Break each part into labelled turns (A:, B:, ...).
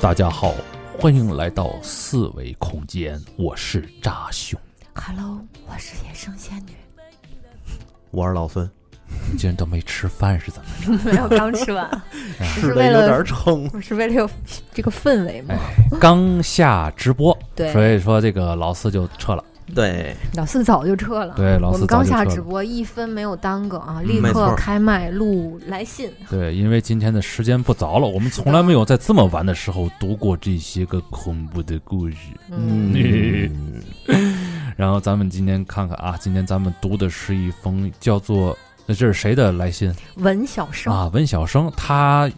A: 大家好，欢迎来到四维空间，我是扎兄。
B: Hello，我是野生仙女，
C: 我是老孙，
A: 竟然都没吃饭是怎么？
B: 没有刚吃 完，
C: 吃
B: 为了
C: 的有点撑。
B: 我是为了有这个氛围嘛。
A: 刚下直播，
B: 对
A: 哎所以说这个老四就撤了。
C: 对，
B: 老四早就撤了，
A: 对老四
B: 啊我
A: 早
B: 们刚
A: 就撤了嗯
B: 下直播，一分没有耽搁啊，立
C: 没
B: 刻
C: 错
B: 开麦录来信。
A: 对，因为今天的时间不早了，我们从来没有在这么晚的时候读过这些个恐怖的故事。
B: 嗯，
A: 嗯然后咱们今天看看啊，今天咱们读的是一封叫做呃这是谁的来信
B: 文小生，
A: 啊？温小生，他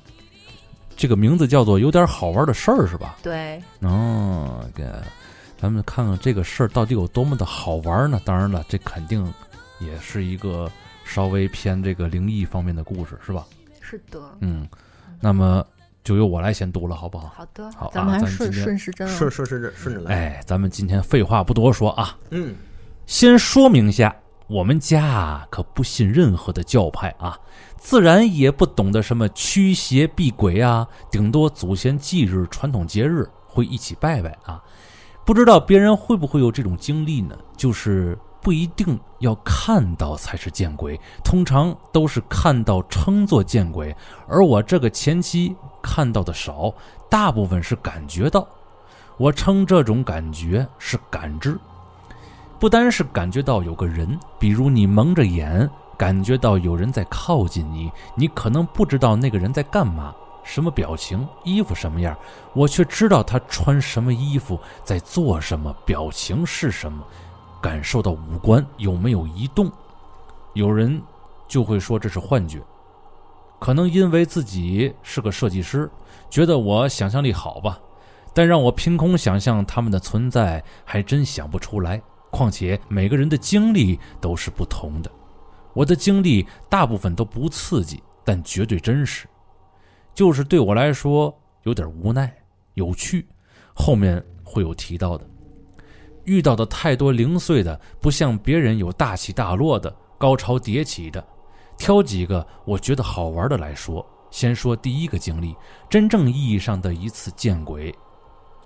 A: 这个名字叫做有点好玩的事儿是吧？
B: 对，
A: 哦，给咱们看看这个事儿到底有多么的好玩呢？当然了，这肯定也是一个稍微偏这个灵异方面的故事，是吧？
B: 是的，
A: 嗯，那么就由我来先读了，好不好？
B: 好的
A: 好啊，
B: 咱们还
A: 咱
B: 顺
A: 今天
B: 顺时针啊，
C: 顺顺顺着顺着来。
A: 哎，咱们今天废话不多说啊，
C: 嗯，
A: 先说明一下，我们家啊可不信任何的教派啊，自然也不懂得什么驱邪避鬼啊，顶多祖先忌日、传统节日会一起拜拜啊。不知道别人会不会有这种经历呢？就是不一定要看到才是见鬼，通常都是看到称作见鬼，而我这个前期看到的少，大部分是感觉到。我称这种感觉是感知，不单是感觉到有个人，比如你蒙着眼感觉到有人在靠近你，你可能不知道那个人在干嘛，什么表情，衣服什么样，我却知道他穿什么衣服，在做什么，表情是什么，感受到五官有没有移动。有人就会说这是幻觉，可能因为自己是个设计师，觉得我想象力好吧，但让我凭空想象他们的存在，还真想不出来。况且每个人的经历都是不同的，我的经历大部分都不刺激，但绝对真实，就是对我来说有点无奈、有趣，后面会有提到的。遇到的太多零碎的，不像别人有大起大落的、高潮迭起的，挑几个我觉得好玩的来说。先说第一个经历，真正意义上的一次见鬼。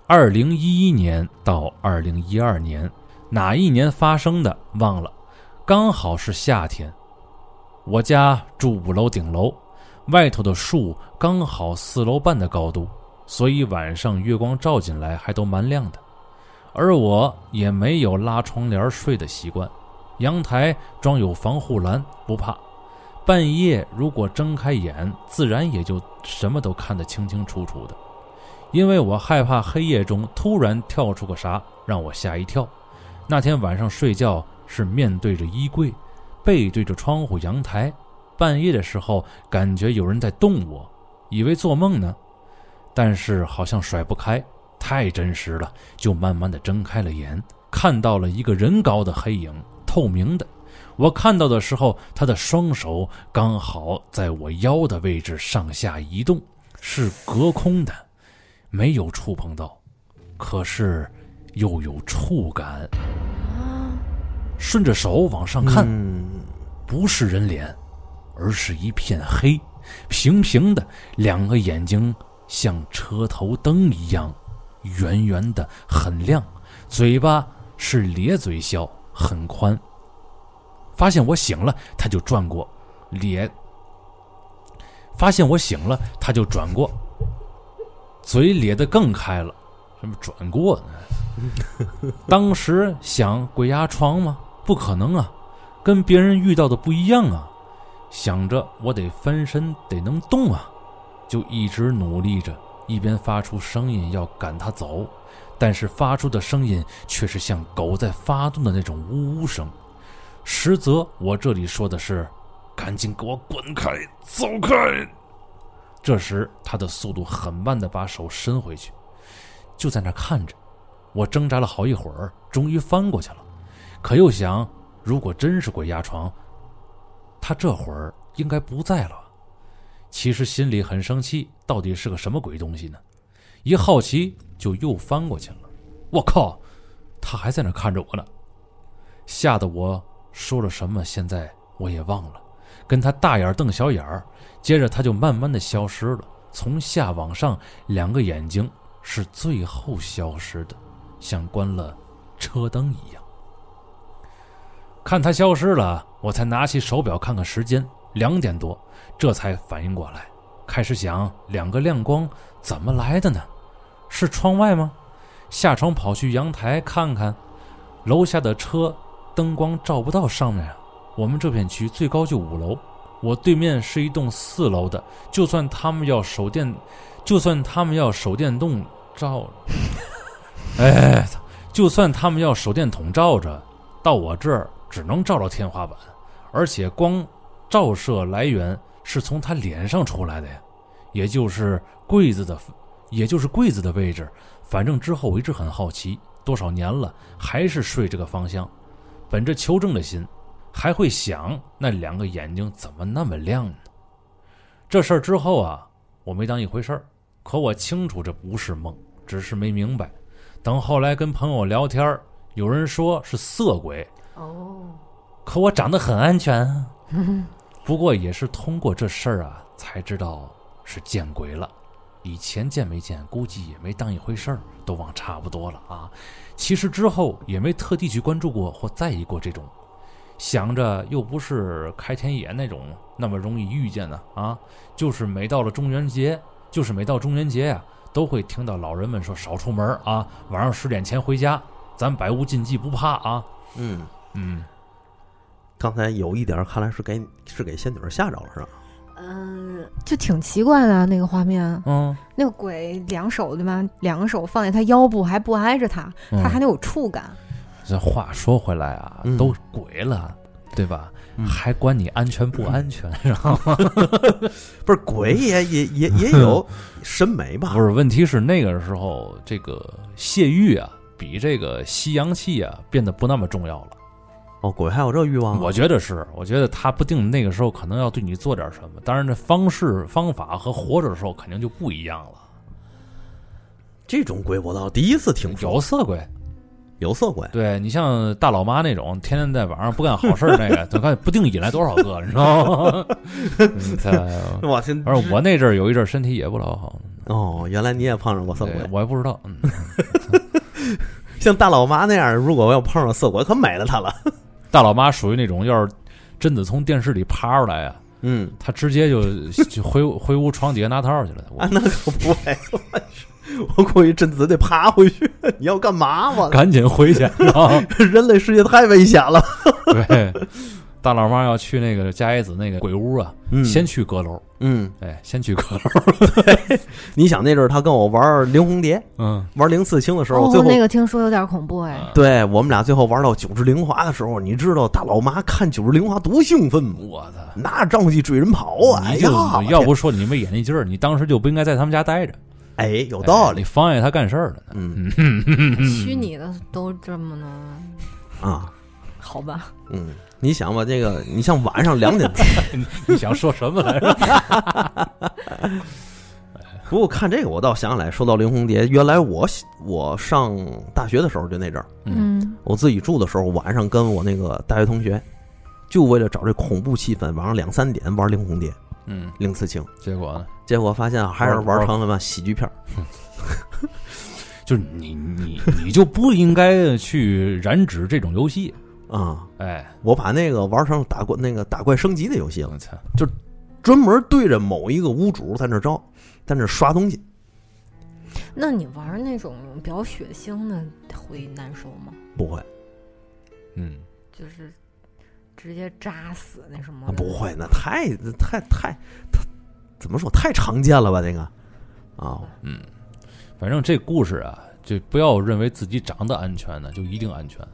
A: 二零一一年到二零一二年，哪一年发生的忘了，刚好是夏天。我家住五楼顶楼，外头的树刚好四楼半的高度，所以晚上月光照进来还都蛮亮的。而我也没有拉窗帘睡的习惯，阳台装有防护栏，不怕。半夜如果睁开眼，自然也就什么都看得清清楚楚的，因为我害怕黑夜中突然跳出个啥让我吓一跳。那天晚上睡觉是面对着衣柜，背对着窗户阳台。半夜的时候，感觉有人在动我，以为做梦呢，但是好像甩不开，太真实了，就慢慢的睁开了眼，看到了一个人高的黑影，透明的。我看到的时候，他的双手刚好在我腰的位置上下移动，是隔空的，没有触碰到，可是又有触感。
B: 啊
A: 顺着手往上看，
C: 嗯，
A: 不是人脸，而是一片黑，平平的，两个眼睛像车头灯一样，圆圆的，很亮，嘴巴是咧嘴笑，很宽。发现我醒了，他就转过脸；发现我醒了，他就转过，嘴咧得更开了。什么转过呢？ 当时想鬼压床吗？不可能啊！跟别人遇到的不一样啊。想着我得翻身，得能动啊，就一直努力着，一边发出声音要赶它走，但是发出的声音却是像狗在发动的那种呜呜声。实则我这里说的是，赶紧给我滚开，走开。这时他的速度很慢的把手伸回去，就在那看着。我挣扎了好一会儿，终于翻过去了，可又想如果真是鬼压床，他这会儿应该不在了吧。其实心里很生气，到底是个什么鬼东西呢？一好奇就又翻过去了。我靠，他还在那看着我呢，吓得我说了什么，现在我也忘了。跟他大眼瞪小眼儿，接着他就慢慢的消失了，从下往上，两个眼睛是最后消失的，像关了车灯一样。看他消失了，我才拿起手表看看时间，两点多，这才反应过来，开始想两个亮光怎么来的呢？是窗外吗？下床跑去阳台看看，楼下的车灯光照不到上面啊。我们这片区最高就五楼，我对面是一栋四楼的，就算他们要手电，就算他们要手电筒照， 哎，操就算他们要手电筒照着，到我这儿只能照着天花板，而且光照射来源是从他脸上出来的呀，也就是柜子的，也就是柜子的位置。反正之后我一直很好奇，多少年了还是睡这个方向，本着求证的心，还会想那两个眼睛怎么那么亮呢？这事儿之后啊，我没当一回事儿，可我清楚这不是梦，只是没明白。等后来跟朋友聊天儿，有人说是色鬼，
B: 哦，
A: 可我长得很安全啊。不过也是通过这事儿啊，才知道是见鬼了。以前见没见，估计也没当一回事儿，都忘差不多了啊。其实之后也没特地去关注过或在意过这种，想着又不是开天眼那种那么容易遇见的啊。就是每到了中元节，就是每到中元节呀、都会听到老人们说少出门儿啊，晚上十点前回家，咱百无禁忌不怕啊。
C: 嗯，
A: 嗯，
C: 刚才有一点儿看来是给是给仙女儿吓着了是吧？
B: 嗯，就挺奇怪的啊那个画面，
A: 嗯，
B: 那个鬼两手对吧？两个手放在他腰部，还不挨着他，
A: 嗯
B: 他还能有触感。
A: 这话说回来啊，
C: 嗯
A: 都鬼了，对吧？
C: 嗯
A: 还管你安全不安全？然后
C: 不是鬼也也也也有审美吧
A: 不？是，问题是那个时候这个泄欲啊，比这个吸阳气啊变得不那么重要了。
C: 哦，鬼还有这欲望？
A: 我觉得是，我觉得他不定那个时候可能要对你做点什么，当然这方式方法和活着的时候肯定就不一样了。
C: 这种鬼我倒第一次听说，
A: 有色鬼，
C: 有色鬼，
A: 对你像大老妈那种，天天在网上不干好事儿那个， 怎么看不定引来多少个，你知道吗？ 嗯他
C: 我天
A: 而我那阵儿有一阵儿身体也不老 好，
C: 哦，原来你也碰上过色
A: 对
C: 鬼，
A: 我也不知道。嗯，
C: 像大老妈那样，如果我要碰上色鬼，可美了她了。
A: 大老妈属于那种要是真的从电视里爬出来啊，
C: 嗯，
A: 她直接就 就回回屋床底下拿套去了。我，
C: 啊那可不会， 我估计贞子得爬回去。 你要干嘛嘛？
A: 赶紧回去，然 后
C: 人类世界太危险了。
A: 对，大老妈要去那个加耶子那个鬼屋啊，
C: 嗯
A: 先去阁楼，
C: 嗯，
A: 哎，先去阁楼，
C: 你想那阵儿他跟我玩灵红蝶，
A: 嗯，
C: 玩零刺青的时候，
B: 哦
C: 最，后、
B: 那个听说有点恐怖哎，
A: 啊
C: 对我们俩最后玩到九指灵华的时候，你知道大老妈看九指灵华多兴奋吗？
A: 我操！
C: 拿着照计追人跑啊！哎
A: 你
C: 呀
A: 就，要不说你没眼力劲儿，你当时就不应该在他们家待着。
C: 哎，有道
A: 哎你
C: 理，
A: 妨碍他干事儿了呢。
C: 嗯
A: 嗯，
B: 虚拟的都这么呢？
A: 哎
C: 啊，
B: 好吧，
C: 嗯，你想吧，这个你像晚 上两点多，
A: 你想说什么来着？
C: 不过看这个我倒想起来，说到灵红蝶，原来我我上大学的时候就那阵儿，
B: 嗯，
C: 我自己住的时候，晚上跟我那个大学同学，就为了找这恐怖气氛，晚上两三点玩灵红蝶、
A: 嗯，
C: 零刺青，
A: 结果呢？
C: 结果发现啊还是
A: 玩
C: 玩成了嘛喜剧片儿。
A: 就是你你你就不应该去染指这种游戏。
C: 啊、
A: 哎，
C: 我把那个玩成打怪那个打怪升级的游戏了，
A: 我操！
C: 专门对着某一个屋主在那招，在那刷东西，
B: 那你玩那种比较血腥的会难受吗？
C: 不会，
A: 嗯，
B: 就是直接扎死那什么
C: 啊
B: 的？
C: 不会，那太太太太怎么说太常见了吧？这个啊，
A: 反正这故事啊，就不要认为自己长得安全呢，就一定安全。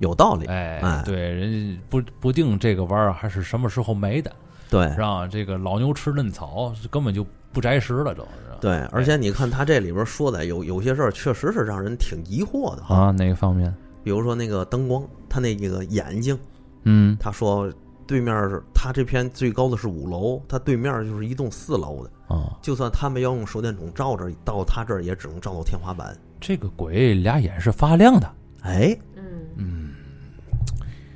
C: 有道理，
A: 哎，
C: 哎
A: 对，人家不不定这个弯儿还是什么时候没的，
C: 对
A: 让这个老牛吃嫩草，根本就不摘食了，就是。
C: 对，而且你看他这里边说的有有些事儿，确实是让人挺疑惑的哈，
A: 啊，哪个方面？
C: 比如说那个灯光，他那个眼睛，
A: 嗯
C: 他说对面是他这片最高的是五楼，他对面就是一栋四楼的。
A: 啊，
C: 就算他们要用手电筒照着，到他这儿也只能照到天花板。
A: 这个鬼俩眼是发亮的。
C: 哎，
B: 嗯，
A: 嗯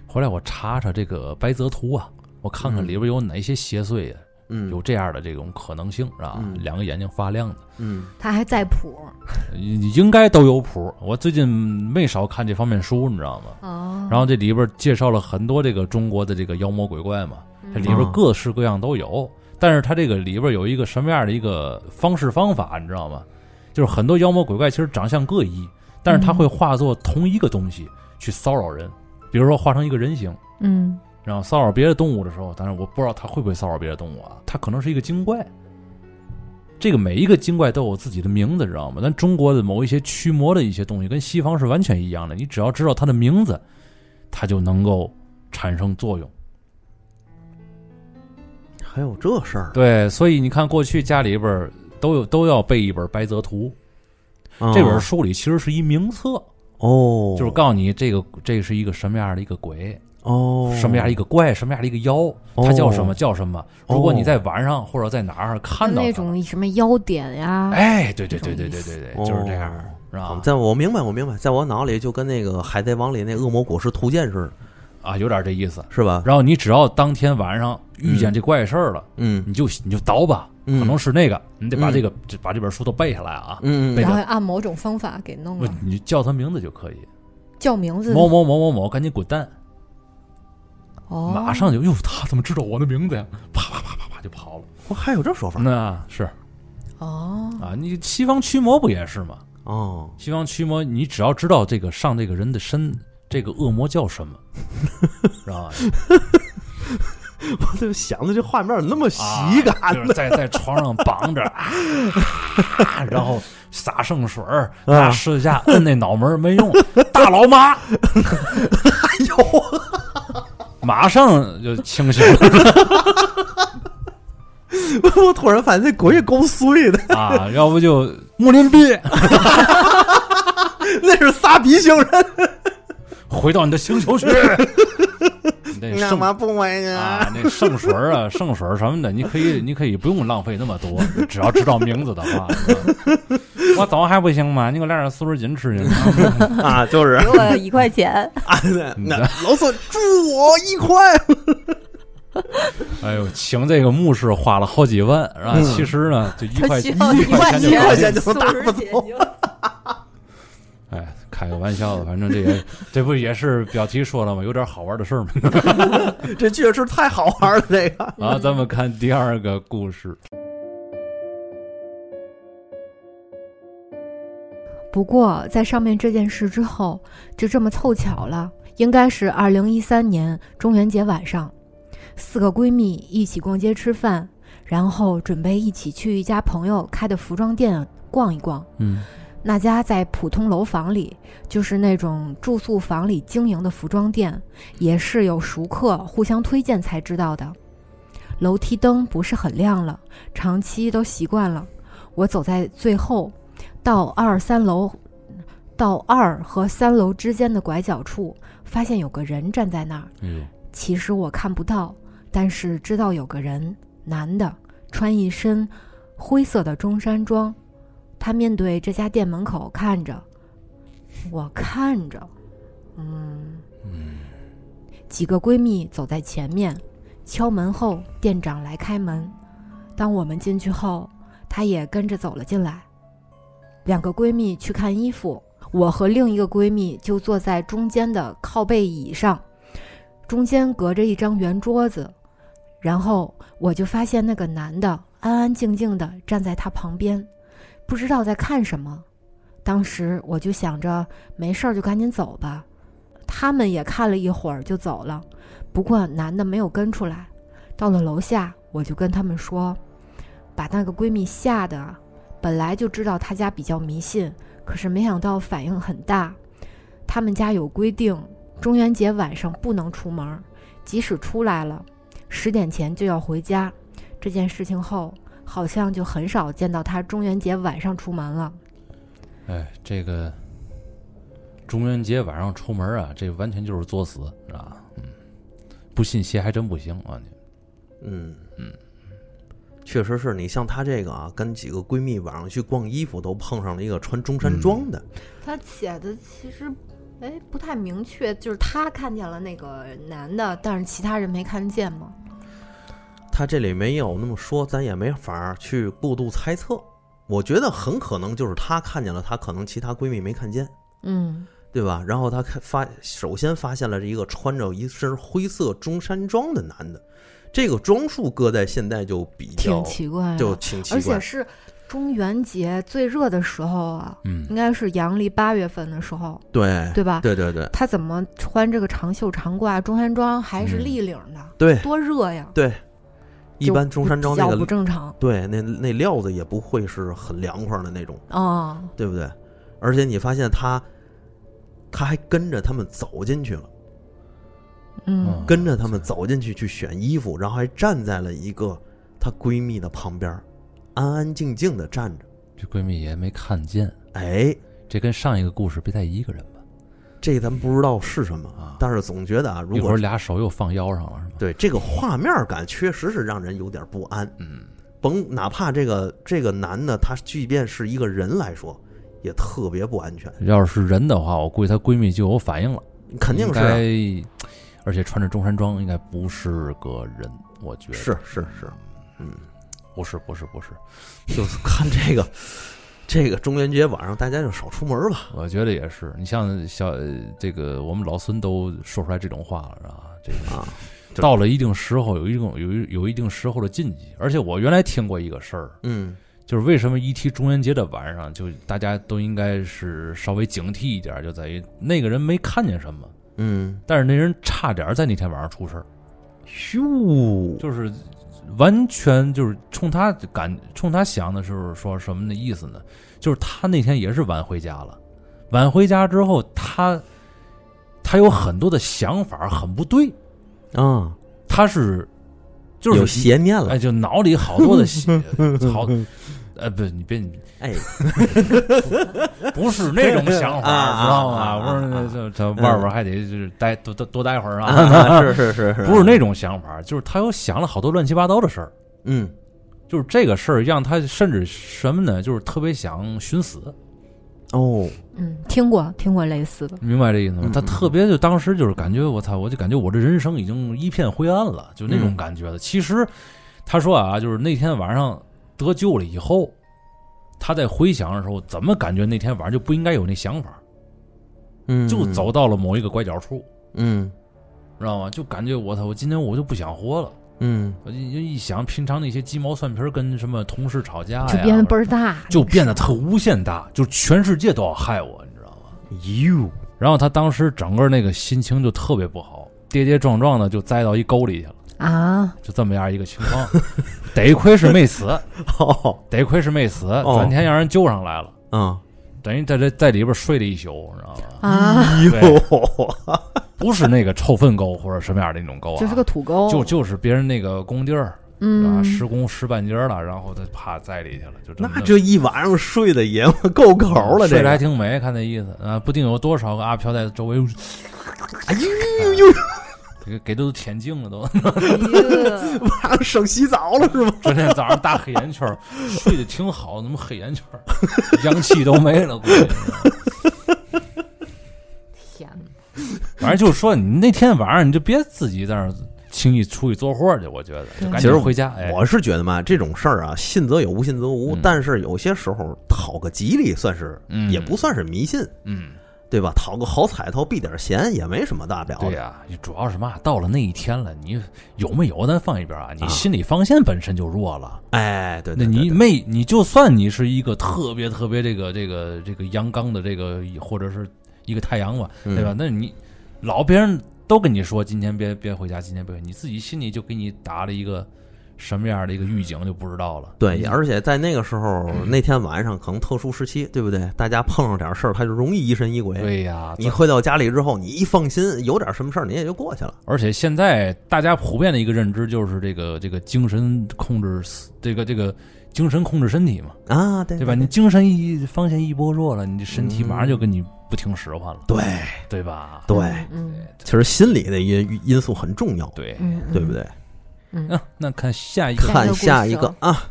A: 后来我查查这个白泽图啊，我看看里边有哪一些邪祟的，
C: 嗯，
A: 有这样的这种可能性是吧？
C: 嗯
A: 两个眼睛发亮的，
C: 嗯
B: 他还在谱
A: 应该都有谱。我最近没少看这方面书，你知道吗？
C: 嗯
B: 哦。
A: 然后这里边介绍了很多这个中国的这个妖魔鬼怪嘛，
B: 嗯
A: 它里边
C: 嗯
A: 各式各样都有，但是它这个里边有一个什么样的一个方式方法，你知道吗？就是很多妖魔鬼怪其实长相各异，但
C: 嗯
A: 是它会化作同一个东西去骚扰人，比如说化成一个人形，
B: 嗯
A: 然后骚扰别的动物的时候，当然我不知道它会不会骚扰别的动物啊，它可能是一个精怪。这个每一个精怪都有自己的名字，知道吗？咱中国的某一些驱魔的一些东西跟西方是完全一样的，你只要知道它的名字，它就能够产生作用。
C: 还有这事儿，
A: 对，所以你看，过去家里边儿都有都要备一本《白泽图》，
C: 啊
A: 这本书里其实是一名册，
C: 哦，
A: 就是告诉你这个这是一个什么样的一个鬼，
C: 哦
A: 什么样一个怪，什么样的一个妖，
C: 哦
A: 它叫什么叫什么。如果你
C: 哦
A: 在晚上或者在哪儿看到
B: 那
A: 它
B: 种什么妖点呀，
A: 哎，对对对
B: 啊这种
A: 对
B: 意
A: 对
B: 思
A: 对对，就是这样
C: 哦，
A: 是
C: 好
A: 吧？
C: 在我明白，我明白，在我脑里就跟那个《海贼王》里那恶魔果实图鉴似的，
A: 啊，有点这意思。
C: 是吧？
A: 然后你只要当天晚上遇见这怪事儿了，
C: 嗯
A: 你就你就倒吧，
C: 嗯
A: 可能是那个，你得把
C: 嗯
A: 这个这把这本书都背下来啊。
C: 嗯
A: 那
B: 然
A: 个
B: 后按某种方法给弄
A: 不
B: 了，，
A: 你叫他名字就可以，
B: 叫名字
A: 某某某某某，赶紧滚蛋！
B: 哦，
A: 马上就哟，他怎么知道我的名字呀？啪啪啪啪啪就跑了。
C: 我哦还有这说法
A: 那是
B: 哦，
A: 啊，你西方驱魔不也是吗？
C: 哦，
A: 西方驱魔，你只要知道这个上这个人的身，这个恶魔叫什么， 知道吧？
C: 我就想的这画面怎么那么
A: 啊
C: 喜感
A: 就
C: 呢？
A: 是在在床上绑着，啊、 然后撒圣水儿，
C: 啊
A: 拿十字架摁那脑门儿没用，大老妈，哎呦，
C: 哎
A: 马上就清醒了
C: 我 突然发现这鬼也够碎的，
A: 啊！要不就木林币
C: 那是仨鼻星人，
A: 回到你的星球去，
C: 哎
A: 那圣
C: 不买
A: 啊，那圣水儿啊，圣水儿什么的，你可以，你可以不用浪费那么多，只要知道名字的话，是吧我走还不行吗？你给我来点苏式锦吃去。
C: 啊？ 就是
D: 给我一块钱，
C: 啊，那那老孙助我一块，
A: 哎呦，请这个牧师花了好几万，是吧？
C: 嗯
A: 其实呢，就一
D: 他
A: 块
D: 需
A: 钱
D: 要
A: 一
D: 一
A: 块
D: 块
A: 钱就搞
C: 块
A: 定
C: 钱就能打发
D: 解
C: 走
D: 决。
A: 哎，开个 玩笑的，反正这也这不也是标题说了吗？有点好玩的事儿吗？
C: 这确实太好玩了，这个
A: 啊，咱们看第二个故事。
B: 不过在上面这件事之后，就这么凑巧了，应该是二零一三年中元节晚上，四个闺蜜一起逛街吃饭，然后准备一起去一家朋友开的服装店逛一逛。
A: 嗯
B: 那家在普通楼房里，就是那种住宿房里经营的服装店，也是有熟客互相推荐才知道的。楼梯灯不是很亮了，长期都习惯了。我走在最后，到二三楼，到二和三楼之间的拐角处，发现有个人站在那儿。
A: 哎呦，
B: 其实我看不到，但是知道有个人，男的，穿一身灰色的中山装，他面对这家店门口看着，我看着，嗯，
A: 嗯，
B: 几个闺蜜走在前面，敲门后，店长来开门。当我们进去后，她也跟着走了进来。两个闺蜜去看衣服，我和另一个闺蜜就坐在中间的靠背椅上，中间隔着一张圆桌子。然后我就发现那个男的安安静静的站在她旁边，不知道在看什么。当时我就想着没事儿就赶紧走吧，他们也看了一会儿就走了，不过男的没有跟出来。到了楼下，我就跟他们说，把那个闺蜜吓得啊，本来就知道她家比较迷信，可是没想到反应很大。他们家有规定，中元节晚上不能出门，即使出来了，十点前就要回家。这件事情后，好像就很少见到她中元节晚上出门了。
A: 哎，这个中元节晚上出门啊，这完全就是作死，是吧？嗯，不信邪还真不行啊！你
C: 嗯
A: 嗯，
C: 确实是你像她这个啊，跟几个闺蜜晚上去逛衣服，都碰上了一个穿中
B: 嗯
C: 山装的，
B: 他写的其实，哎，不太明确，就是他看见了那个男的，但是其他人没看见嘛。
C: 他这里没有那么说，咱也没法儿去过度猜测。我觉得很可能就是她看见了，她可能其他闺蜜没看见，
B: 嗯
C: 对吧？然后她看发，首先发现了一个穿着一身灰色中山装的男的，这个装束搁在现在就比较
B: 挺奇怪的，
C: 就挺奇
B: 而且
C: 怪。
B: 是中元节最热的时候啊，
A: 嗯
B: 应该是阳历八月份的时候，
C: 对
B: 对吧？
C: 对对对
B: 他怎么穿这个长袖长褂中山装还是
A: 嗯
B: 立领的？
C: 对，
B: 多热呀！
C: 对，一般中山装
B: 比
C: 那
B: 较
C: 个
B: 不正常
C: 对，那那料子也不会是很凉快的那种，
B: 啊。
C: 对不对？而且你发现他，他还跟着他们走进去了，
A: 啊
B: 嗯，
C: 跟着他们走进去去选衣服，然后还站在了一个她闺蜜的旁边，安安静静的站着。
A: 这闺蜜也没看见，
C: 哎，
A: 这跟上一个故事别带一个人吧？
C: 这咱不知道是什么
A: 啊，
C: 但是总觉得啊，如
A: 一会
C: 果
A: 儿俩手又放腰上了是吗？
C: 对这个画面感，确实是让人有点不安。
A: 嗯，
C: 甭哪怕这个这个男的，他即便是一个人来说，也特别不安全，
A: 要是人的话，我估计她闺蜜就有反应了，
C: 肯定是啊、
A: 应该而且穿着中山装应该不是个人，我觉得
C: 是是是，嗯，
A: 不是不是不是，
C: 就是 看这个，这个中元节晚上大家就少出门吧。
A: 我觉得也是。你像小呃这个，我们老孙都说出来这种话了啊，这个
C: 啊，就是
A: 到了一定时候有一种有一有一定时候的禁忌。而且我原来听过一个事儿，
C: 嗯，
A: 就是为什么一提中元节的晚上，就大家都应该是稍微警惕一点，就在于那个人没看见什么，
C: 嗯，
A: 但是那人差点在那天晚上出事儿，
C: 咻，
A: 就是完全就是冲他感冲他想的时候说什么的意思呢？就是他那天也是晚回家了，晚回家之后他他有很多的想法很不对，
C: 啊，
A: 他是就
C: 有
A: 是
C: 邪念了
A: 哎，。就脑里好多的邪好。呃，不，你别，你
C: 哎，
A: 不是那种想法，
C: 啊
A: 知道
C: 啊啊
A: 吗？
C: 啊
A: 不
C: 啊
A: 是，这这外边还得就是待多多多待会儿
C: 啊，
A: 啊，
C: 是是是是，
A: 不是那种想法，就是他又想了好多乱七八糟的事儿，
C: 嗯，
A: 就是这个事儿让他甚至什么呢？就是特别想寻死，
C: 哦，
B: 嗯，听过听过类似的，
A: 明白这意思吗
C: 嗯嗯？
A: 他特别就当时就是感觉我操，我就感觉我这人生已经一片灰暗了，就那种
C: 嗯
A: 感觉的。其实他说啊，就是那天晚上得救了以后，他在回想的时候，怎么感觉那天晚上就不应该有那想法，
C: 嗯，
A: 就走，到了某一个拐角处。
C: 嗯
A: 知道吗？就感觉我操，我今天我就不想活了。
C: 嗯，
A: 我一一想，平常那些鸡毛蒜皮儿跟什么同事吵架哎呀，
B: 就变得倍儿大，
A: 就变得特无限大，就全世界都要害我，你知道吗？
C: 哟，
A: 然后他当时整个那个心情就特别不好，跌跌撞撞的就栽到一沟里去了，
B: 啊，
A: 就这么样一个情况。 得亏是没死，
C: 哦，
A: 得亏是没死，转天让人揪上来了，
C: 啊，
A: 等于在这在里边睡了一宿，你知道吗？
C: 嗯
B: 啊，
A: 对
C: 哟，
A: 不是那个臭粪沟或者什么样的那种沟啊，
B: 就是个土沟，
A: 就就是别人那个工地儿。啊，
B: 嗯，
A: 施工施半截儿了，然后他啪栽里去了，就这么
C: 那这一晚上睡的也 够口了，
A: 睡
C: 这
A: 得还
C: 个，
A: 挺美，看那意思啊，不定有多少个阿飘在周围，
C: 哎呦，
A: 给给都舔净了都。
B: 哎
C: 晚上省洗澡了是吗？
A: 昨天早上大黑眼圈儿，睡得挺好，怎么黑眼圈儿，阳气都没了，估计。
B: 天哪，
A: 反正就是说，你那天晚上你就别自己在那儿轻易出去做活儿去，我觉得就赶
C: 其
A: 紧
C: 实
A: 回家。哎，
C: 我是觉得嘛，这种事儿啊，信则有，无信则无。
A: 嗯
C: 但是有些时候讨个吉利，算是、
A: 嗯
C: 也不算是迷信，
A: 嗯，
C: 对吧？讨个好彩头，避点闲也没什么大不了
A: 对
C: 的。
A: 呀、你主要是嘛，到了那一天了，你有没有咱放一边儿啊，你
C: 啊
A: 心理防线本身就弱了。
C: 哎，对
A: 那
C: 对对
A: 你
C: 对
A: 没你就算你是一个特别特别这个这个这个阳刚的这个或者是一个太阳吧，
C: 嗯
A: 对吧？那你老别人都跟你说今天别别回家，今天别回家，你自己心里就给你打了一个什么样的一个预警就不知道了。
C: 对，
A: 嗯
C: 而且在那个时候，那天晚上可能特殊时期，对不对？大家碰上点事儿，他就容易疑神疑鬼。
A: 对呀，
C: 你回到家里之后，你一放心，有点什么事儿你也就过去了。
A: 而且现在大家普遍的一个认知就是这个这个精神控制这个这个精神控制身体嘛，
C: 啊，对
A: 对吧？你精神一防线一薄弱了，你这身体马上就跟你不听使唤了，
C: 对
A: 对吧？
C: 对，
B: 嗯
C: 其实心理的因因素很重要，
A: 对。
B: 嗯，嗯
C: 对不？对？
B: 嗯
A: 嗯，那看下一个
B: 看
C: 看下一
B: 下一个
C: 个
B: 故
C: 啊，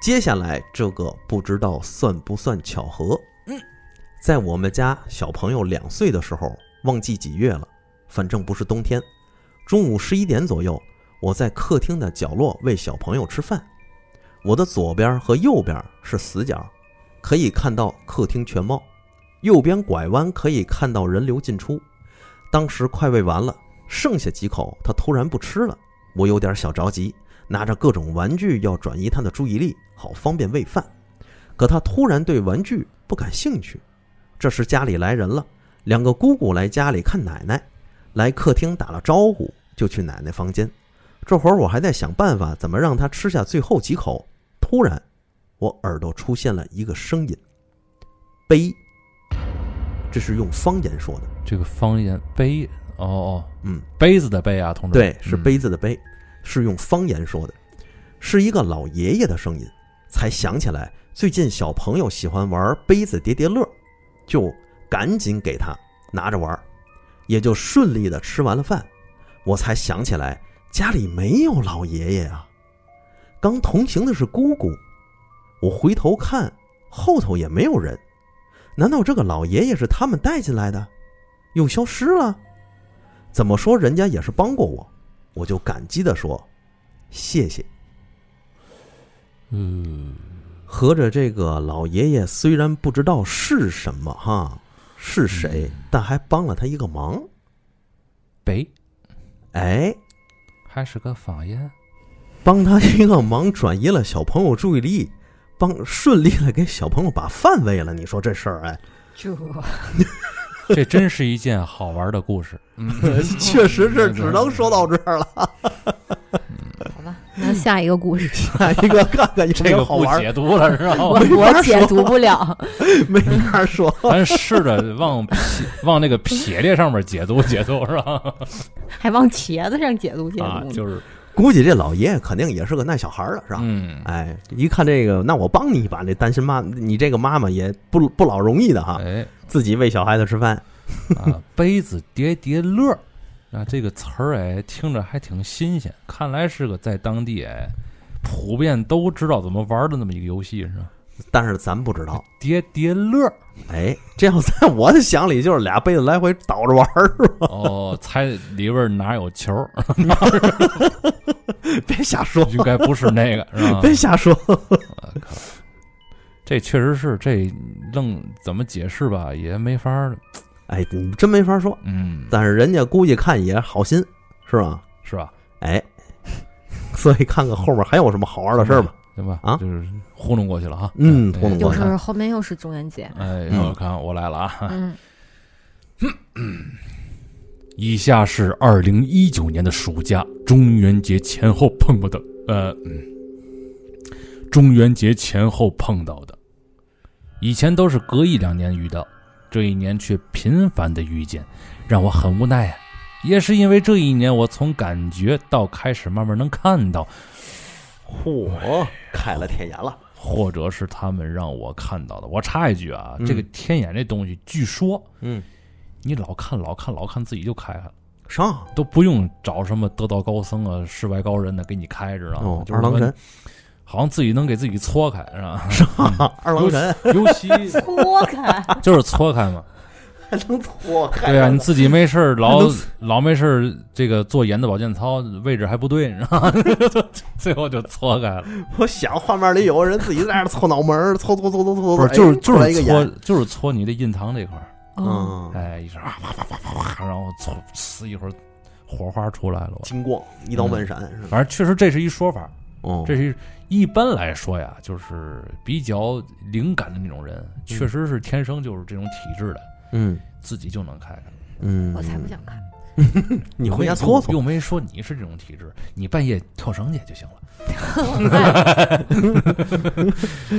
C: 接下来这个不知道算不算巧合？
A: 嗯，
C: 在我们家小朋友两岁的时候，忘记几月了，反正不是冬天。中午十一点左右，我在客厅的角落喂小朋友吃饭。我的左边和右边是死角，可以看到客厅全貌；右边拐弯可以看到人流进出。当时快喂完了，剩下几口，他突然不吃了，我有点小着急，拿着各种玩具要转移他的注意力，好方便喂饭。可他突然对玩具不感兴趣。这时家里来人了，两个姑姑来家里看奶奶，来客厅打了招呼，就去奶奶房间。这会儿我还在想办法怎么让他吃下最后几口，突然我耳朵出现了一个声音：“悲。”这是用方言说的，
A: 这个方言杯，哦哦，
C: 嗯，
A: 杯子的杯啊，同志们，
C: 对，是
A: 嗯
C: 杯子的杯，是用方言说的，是一个老爷爷的声音。才想起来，最近小朋友喜欢玩杯子叠叠乐，就赶紧给他拿着玩，也就顺利的吃完了饭。我才想起来，家里没有老爷爷啊。刚同行的是姑姑，我回头看，后头也没有人。难道这个老爷爷是他们带进来的，又消失了？怎么说人家也是帮过我，我就感激地说：“谢谢。”
A: 嗯，
C: 合着这个老爷爷虽然不知道是什么哈，是谁，但还帮了他一个忙。
A: 杯
C: 哎，
A: 还是个方言，
C: 帮他一个忙，转移了小朋友注意力，帮顺利的给小朋友把饭喂了。你说这事 儿，哎，
B: 这
A: 这真是一件好玩的故事。嗯，
C: 确实是只能说到这儿了。
B: 好吧，那下一个故事
C: 下哎一个看看有 没
A: 这
C: 有
A: 个
C: 好
A: 不
C: 玩儿，
A: 解读了是
B: 我
A: 吧？
B: 我解读不了，
C: 没法说。
A: 咱试着往撇往那个撇列上面解读解读是 吧？
B: 还往茄子上解读解
A: 啊
B: 读，呢。
A: 就是
C: 估计这老爷爷肯定也是个耐小孩儿的，是吧？
A: 嗯，
C: 哎，一看这个，那我帮你一把。这单身妈，你这个妈妈也不不老容易的哈，
A: 哎
C: 自己喂小孩子吃饭。
A: 啊，杯子叠叠乐儿啊，这个词儿哎，听着还挺新鲜，看来是个在当地哎普遍都知道怎么玩的那么一个游戏是吧？
C: 但是咱不知道，
A: 叠叠乐儿
C: 哎，这要在我的想里就是俩杯子来回倒着玩儿，
A: 哦，猜里边儿哪有球儿？
C: 别瞎 说，
A: 应该不是那个是 吧？
C: 别瞎说。
A: 这确实是这愣怎么解释吧，也没法儿，
C: 哎，你真没法说，
A: 嗯，
C: 但是人家估计看也好心，是吧？
A: 是吧？
C: 哎， 所以看看后面还有什么好玩的事儿吧。
A: 对吧？
C: 啊
A: 就是糊弄过去了哈。
C: 嗯
A: 哎
C: 糊弄过
B: 又
C: 去
B: 是后面又是中元节，
A: 哎，
C: 嗯
A: 我看我来了啊！
B: 嗯，
A: 以下是二零一九年的暑假，中元节前后碰不到，呃，嗯，中元节前后碰到的，以前都是隔一两年遇到，这一年却频繁的遇见，让我很无奈啊。也是因为这一年，我从感觉到开始慢慢能看到，
C: 嚯，开了天眼了，
A: 或者是他们让我看到的。我插一句啊，
C: 嗯
A: 这个天眼这东西，据说
C: 嗯，
A: 你老看老看老看，自己就开开了。
C: 上
A: 都不用找什么得道高僧啊、世外高人的给你开着啊，
C: 哦，
A: 就是
C: 二郎神，
A: 好像自己能给自己搓开是 吧？
C: 啊二郎神
A: 尤其
B: 脱开，
A: 就是搓开嘛，
C: 还能错开
A: 对啊，你自己没事儿老
C: 还
A: 老没事儿这个做盐的保健操，位置还不对，然后 最后就搓开了，
C: 我想画面里有个人自己在那儿搓脑门儿，搓搓搓搓搓搓，
A: 不是就是
C: 哎
A: 就
C: 出来一个
A: 是搓
C: 眼，
A: 就是搓你的印堂这块儿，
B: 嗯，
C: 嗯，
A: 哎，一声啊啪啪啪啪啪，然后搓呲一会儿火花出来了，我
C: 金光一道万闪是吧？
A: 反正确实这是一说法，
C: 嗯哦，
A: 这是一般来说呀，就是比较灵感的那种人，确实是天生就是这种体质的，
C: 嗯
A: 自己就能开开。
C: 嗯，
B: 我才不想看，
C: 你回家
A: 又没
C: 搓搓
A: 又没说你是这种体质，你半夜跳绳去就行了。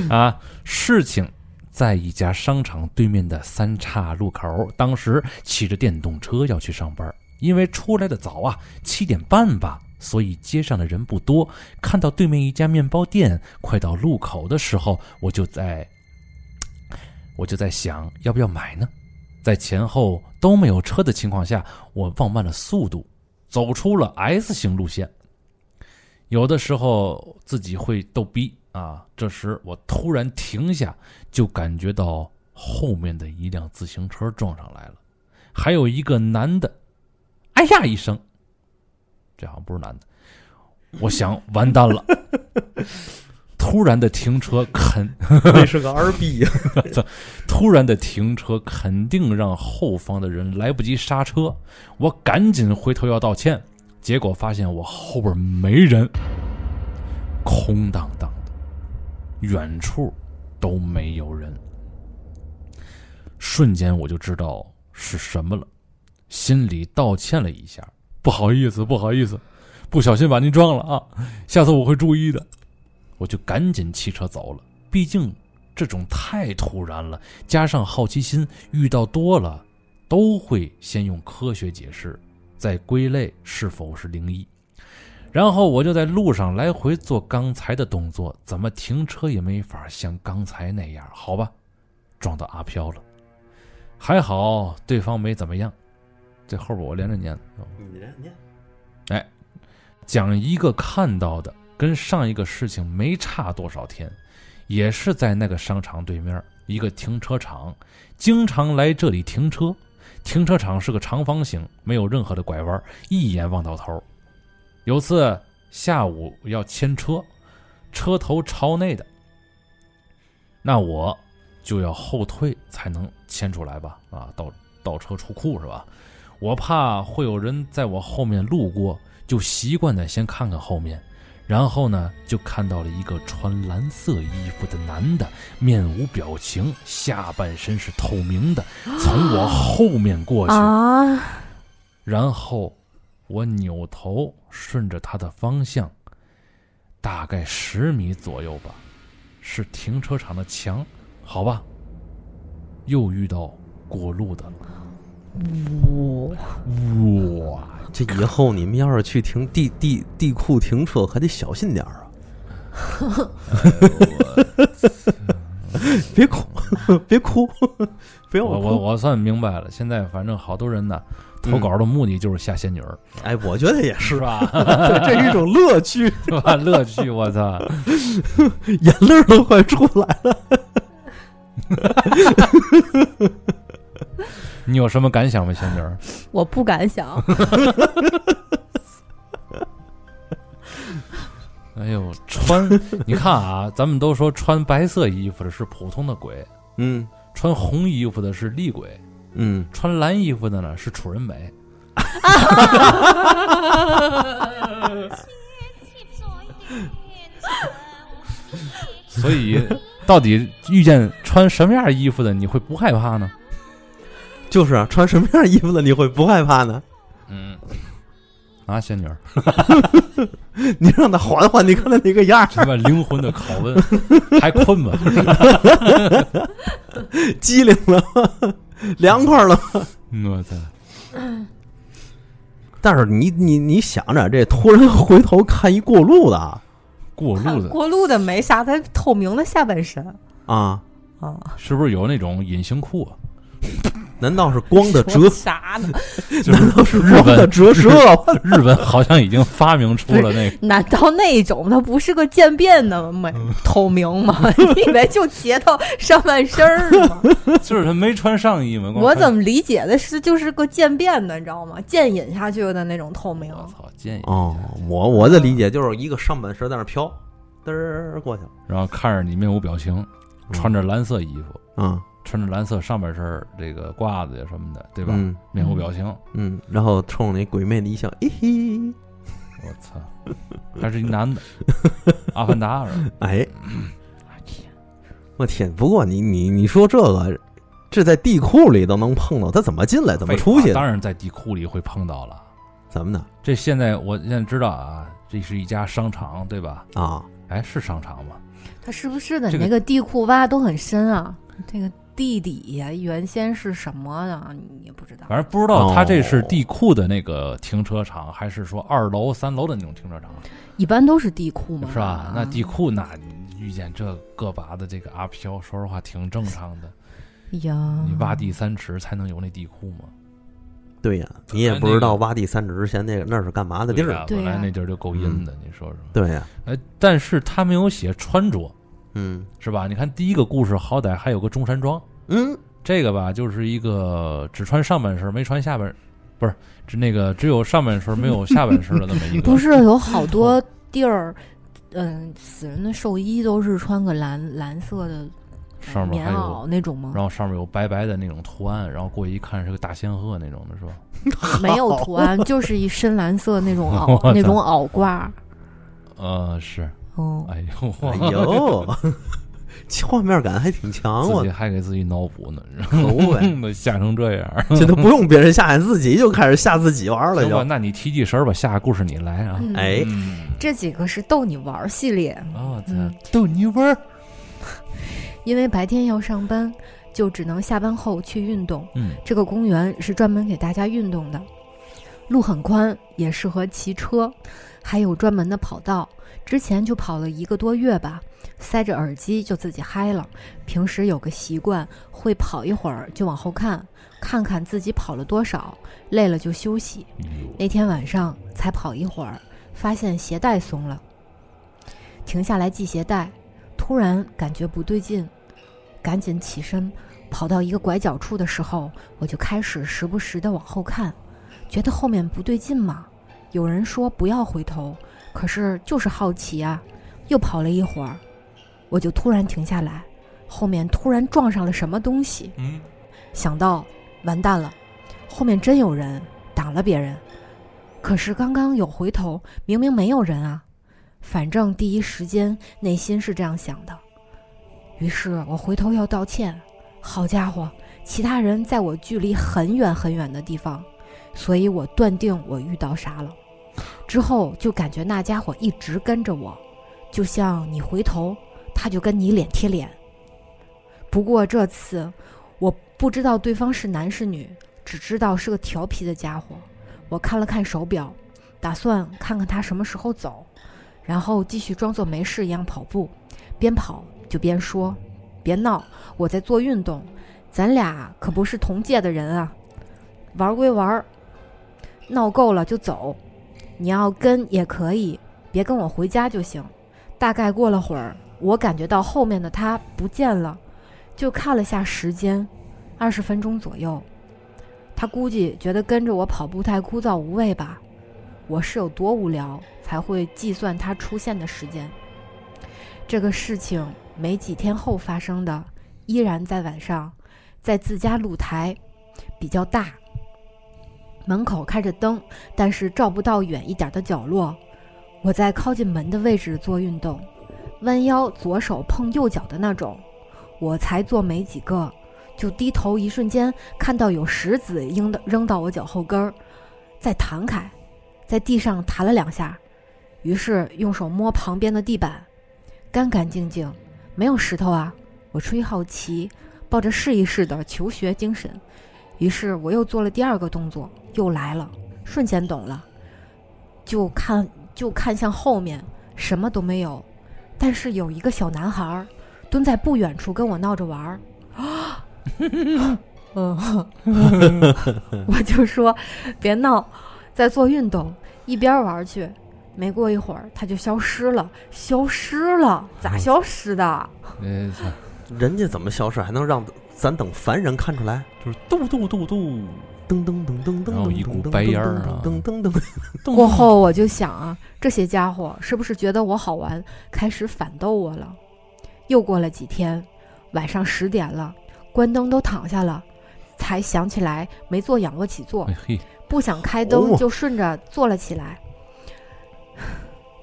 A: 啊，事情在一家商场对面的三岔路口，当时骑着电动车要去上班，因为出来的早啊，七点半吧，所以街上的人不多。看到对面一家面包店快到路口的时候，我就在，我就在想要不要买呢？在前后都没有车的情况下，我放慢了速度，走出了 S 型路线。有的时候自己会逗逼啊，这时我突然停下，就感觉到后面的一辆自行车撞上来了，还有一个男的，哎呀一声，这好像不是男的，我想完蛋了。 突然的停车肯，
C: 那是个二逼啊 呀！
A: 突然的停车肯定让后方的人来不及刹车，我赶紧回头要道歉，结果发现我后边没人，空荡荡的，远处都没有人。瞬间我就知道是什么了，心里道歉了一下，不好意思，不好意思，不小心把您撞了啊，下次我会注意的。我就赶紧弃车走了，毕竟这种太突然了，加上好奇心，遇到多了都会先用科学解释，再归类是否是灵异。然后我就在路上来回做刚才的动作，怎么停车也没法像刚才那样，好吧，撞到阿飘了，还好对方没怎么样。这后边我连着念，哦
C: 你这你
A: 讲一个看到的，跟上一个事情没差多少天，也是在那个商场对面一个停车场，经常来这里停车。停车场是个长方形，没有任何的拐弯，一眼望到头。有次下午要牵车，车头朝内的，那我就要后退才能牵出来吧？啊，倒倒车出库是吧？我怕会有人在我后面路过，就习惯的先看看后面，然后呢，就看到了一个穿蓝色衣服的男的，面无表情，下半身是透明的，从我后面过去，
B: 啊，
A: 然后我扭头顺着他的方向，大概十米左右吧，是停车场的墙，好吧，又遇到过路的了，
B: 我
A: 哇！
C: 这以后你们要是去停地地地库停车，还得小心点 儿啊！别哭，别哭，不要
A: 我我
C: 哭！
A: 我算明白了，现在反正好多人呢，投稿的目的就是吓仙女儿，
C: 嗯哎，我觉得也是，
A: 是吧？
C: 对，这是一种乐趣，
A: 是吧？乐趣，我操！
C: 眼泪儿都快出来了。
A: 你有什么感想吗，仙女儿？
B: 我不敢想，
A: 哎呦， 穿你看啊，咱们都说穿白色衣服的是普通的鬼，
C: 嗯
A: 穿红衣服的是厉鬼，
C: 嗯，
A: 穿蓝衣服的呢是楚人 美。所以，到底遇见穿什么样衣服的，你会不害怕呢？
C: 就是啊，穿什么样衣服的你会不害怕呢？
A: 嗯，啊，仙女儿，
C: 你让他缓缓，你看他那个样
A: 什么灵魂的拷问， 还困吗？
C: 儿，机灵了吗，凉快了吗。
A: 嗯我操！
C: 但是你你你想着，这突然回头看一过路的啊
A: 过路的
D: 过路的没啥，他透明的下半身
C: 啊，
D: 啊，
A: 是不是有那种隐形 裤啊？
C: 难道是光的折
D: 说啥呢？
C: 难道是
A: 日
C: 光的
A: 本
C: 折射？
A: 日本好像已经发明出了那个
D: 难道那种它不是个渐变的美透明吗？你以为就截到上半身儿吗？
A: 就是他没穿上衣嘛。光
D: 我
A: 穿
D: 怎么理解的是就是个渐变的，你知道吗？渐引下去的那种透明。
A: 我操，建议，
C: 哦，我我的理解就是一个上半身在那飘，嘚儿过去了。
A: 然后看着你面无表情，嗯穿着蓝色衣服，
C: 啊，
A: 穿着蓝色上半身儿这个褂子呀什么的，对
C: 对
A: 吧？
C: 嗯
A: 面无表情，
C: 嗯，然后冲那鬼魅的一笑，咦嘿，
A: 我操，还是一男 的，阿凡达是吧？
C: 哎，我天！不过你你你说这个，这在地库里都能碰到，他怎么进来？怎么出
A: 废话
C: 去的？
A: 当然在地库里会碰到了。
C: 怎么的
A: 这现在我现在知道啊，这是一家商场，对吧？
C: 啊？
A: 哎，是商场吗？
B: 他是不是的？
A: 这
B: 你
A: 个
B: 那个地库挖都很深啊，这个地底呀、原先是什么呢？你也不知道。
A: 反正不知道他这是地库的那个停车场，还是说二楼、三楼的那种停车场，
B: 一般都是地库嘛，
A: 是吧？那地库那你遇见这个把的这个阿飘，说实话挺正常的。
B: 哎呀，
A: 你挖地三尺才能有那地库吗？
C: 对呀，你也
A: 哎
C: 不知
A: 那
C: 道
A: 个
C: 挖地三尺之前那个那是干嘛的地
A: 对
C: 儿
A: 呀？
B: 对
A: 本来
B: 呀
A: 那地儿就够阴的，你说说。
C: 对呀，
A: 哎，但是他没有写穿着，
C: 嗯
A: 是吧？你看第一个故事好歹还有个中山装，
C: 嗯，
A: 这个吧，就是一个只穿上半身没穿下半，不是只那个只有上半身没有下半身的那么一个。
B: 不是有好多地儿，嗯，死人的寿衣都是穿个蓝蓝色的呃
A: 上面
B: 棉
A: 还有
B: 袄那种吗？
A: 然后上面有白白的那种图案，然后过去一看是个大仙鹤那种的，是吧？
B: 没有图案，就是一深蓝色 那种
A: 我操
B: 袄那种袄褂。
A: 呃，是，
B: 嗯，
A: 哎呦，
C: 哎呦， 画面感还挺强，
A: 自
C: 我
A: 己还给自己脑补呢，然后
C: 可恶 呗！
A: 弄得吓成这 样。
C: 这都不用别人吓，俺自己就开始吓自己玩了，
A: 嗯行吧，
C: 就
A: 那你提提神儿吧，下个故事你来啊。
D: 嗯
C: 哎，
A: 嗯，
D: 这几个是逗你玩儿系列，
A: 啊，
D: 嗯
A: 咱逗你玩儿。
B: 因为白天要上班，就只能下班后去运动。
A: 嗯，
B: 这个公园是专门给大家运动的，路很宽，也适合骑车，还有专门的跑道。之前就跑了一个多月吧，塞着耳机就自己嗨了。平时有个习惯，会跑一会儿就往后看，看看自己跑了多少，累了就休息。
A: 嗯
B: 那天晚上才跑一会儿，发现鞋带松了，停下来系鞋带，突然感觉不对劲，赶紧起身，跑到一个拐角处的时候，我就开始时不时的往后看，觉得后面不对劲嘛。有人说不要回头，可是就是好奇啊，又跑了一会儿，我就突然停下来，后面突然撞上了什么东西，
A: 嗯，
B: 想到完蛋了，后面真有人挡了别人。可是刚刚有回头，明明没有人啊。反正第一时间内心是这样想的，于是我回头要道歉。好家伙，其他人在我距离很远很远的地方，所以我断定我遇到啥了。之后就感觉那家伙一直跟着我，就像你回头，他就跟你脸贴脸。不过这次我不知道对方是男是女，只知道是个调皮的家伙。我看了看手表，打算看看他什么时候走，然后继续装作没事一样跑步，边跑就边说：“别闹，我在做运动，咱俩可不是同届的人啊。玩归玩儿，闹够了就走。你要跟也可以，别跟我回家就行。”大概过了会儿，我感觉到后面的他不见了，就看了下时间，二十分钟左右。他估计觉得跟着我跑步太枯燥无味吧，我是有多无聊才会计算他出现的时间。这个事情没几天后发生的，依然在晚上，在自家露台，比较大，门口开着灯，但是照不到远一点的角落。我在靠近门的位置做运动，弯腰左手碰右脚的那种。我才做没几个，就低头，一瞬间看到有石子扔到扔到我脚后跟儿，再弹开，在地上弹了两下，于是用手摸旁边的地板，干干净净，没有石头啊！我出于好奇，抱着试一试的求学精神，于是我又做了第二个动作，又来了，瞬间懂了，就看就看向后面，什么都没有，但是有一个小男孩儿。蹲在不远处跟我闹着玩儿。 啊，嗯， 我就说别闹，在做运动，一边玩儿去。没过一会儿，他就消失了，消失了，咋消失的？
A: 呃，
C: 人家怎么消失还能让咱等凡人看出来？
A: 就是嘟嘟嘟嘟，
C: 噔噔噔噔噔
A: 然后
C: 噔
A: 哦一股
C: 噔
A: 白
C: 噔
A: 烟儿
C: 噔
A: 啊
C: 噔噔噔，
A: 动
B: 过后我就想啊，这些家伙是不是觉得我好玩，开始反逗我了？又过了几天，晚上十点了，关灯都躺下了，才想起来没做仰卧起坐
A: 哎。嘿，
B: 不想开
C: 哦
B: 灯，就顺着坐了起来。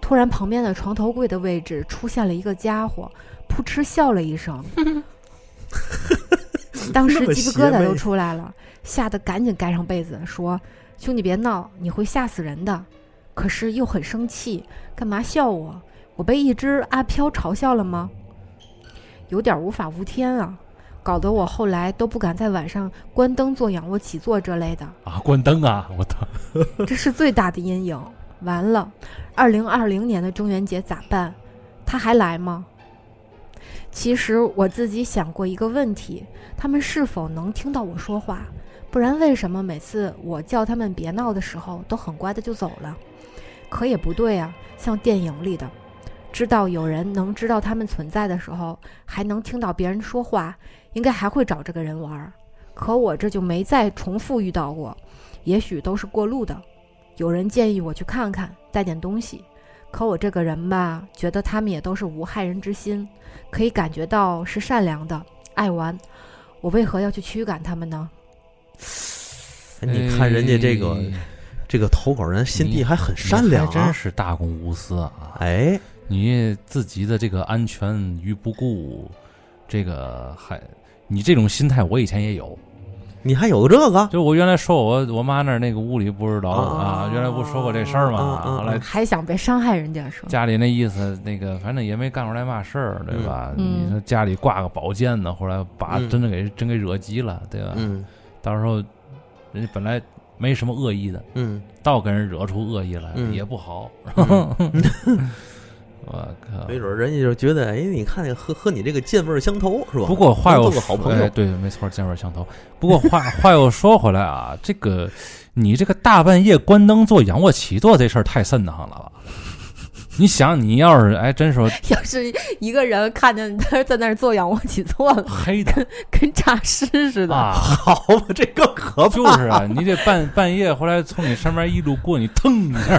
B: 突然，旁边的床头柜的位置出现了一个家伙，扑哧笑了一 声，当时
C: 那么
B: 鸡皮疙
C: 邪
B: 瘩
C: 魅
B: 都出来了，吓得赶紧盖上被子，说：“兄弟别闹，你会吓死人的。”可是又很生气，干嘛笑我？我被一只阿飘嘲笑了吗？有点无法无天啊，搞得我后来都不敢在晚上关灯做仰卧起坐这类的。
A: 啊，关灯啊！我操，
B: 这是最大的阴影。完了，二零二零年的中元节咋办？他还来吗？其实我自己想过一个问题：他们是否能听到我说话？不然为什么每次我叫他们别闹的时候，都很乖的就走了？可也不对啊，像电影里的，知道有人能知道他们存在的时候，还能听到别人说话，应该还会找这个人玩儿。可我这就没再重复遇到过，也许都是过路的。有人建议我去看看，带点东西。可我这个人吧，觉得他们也都是无害人之心，可以感觉到是善良的，爱玩。我为何要去驱赶他们呢？
C: 哎你看人家这个、这个投稿人心地还很善良
A: 哎你还真
C: 啊！
A: 是大公无私啊！
C: 哎，
A: 你自己的这个安全于不顾，这个还你这种心态，我以前也有。
C: 你还有个这个，
A: 就我原来说我我妈那儿那个屋里不是老
C: 啊
A: 啊，原来不说过这事儿
C: 啊
A: 嘛，
C: 啊啊
A: 后来
B: 还想别伤害人家是 吧？
A: 家里那意思，那个反正也没干出来嘛事儿，对吧？
B: 嗯
A: 你说家里挂个宝剑呢，后来把
C: 嗯
A: 真的给真给惹急了，对吧？
C: 嗯
A: 到时候人家本来没什么恶意的，
C: 嗯，
A: 倒给人惹出恶意来
C: 嗯
A: 也不好。
C: 嗯
A: 我靠！
C: 没准儿人家就觉得，哎，你看和和你这个剑味儿相投是吧？
A: 不过话又
C: 能做个好朋友
A: 哎对，没错，见味相投。不过话话又说回来啊，这个你这个大半夜关灯做仰卧起坐这事儿太瘆得慌了吧？你想，你要是哎，真说
D: 要是一个人看见他在那儿做仰卧起坐了，
A: 黑的
D: 跟诈尸似的，
A: 啊，
C: 好吧，这更可怕。
A: 就是啊，你得半半夜回来从你身边一路过，你腾一下，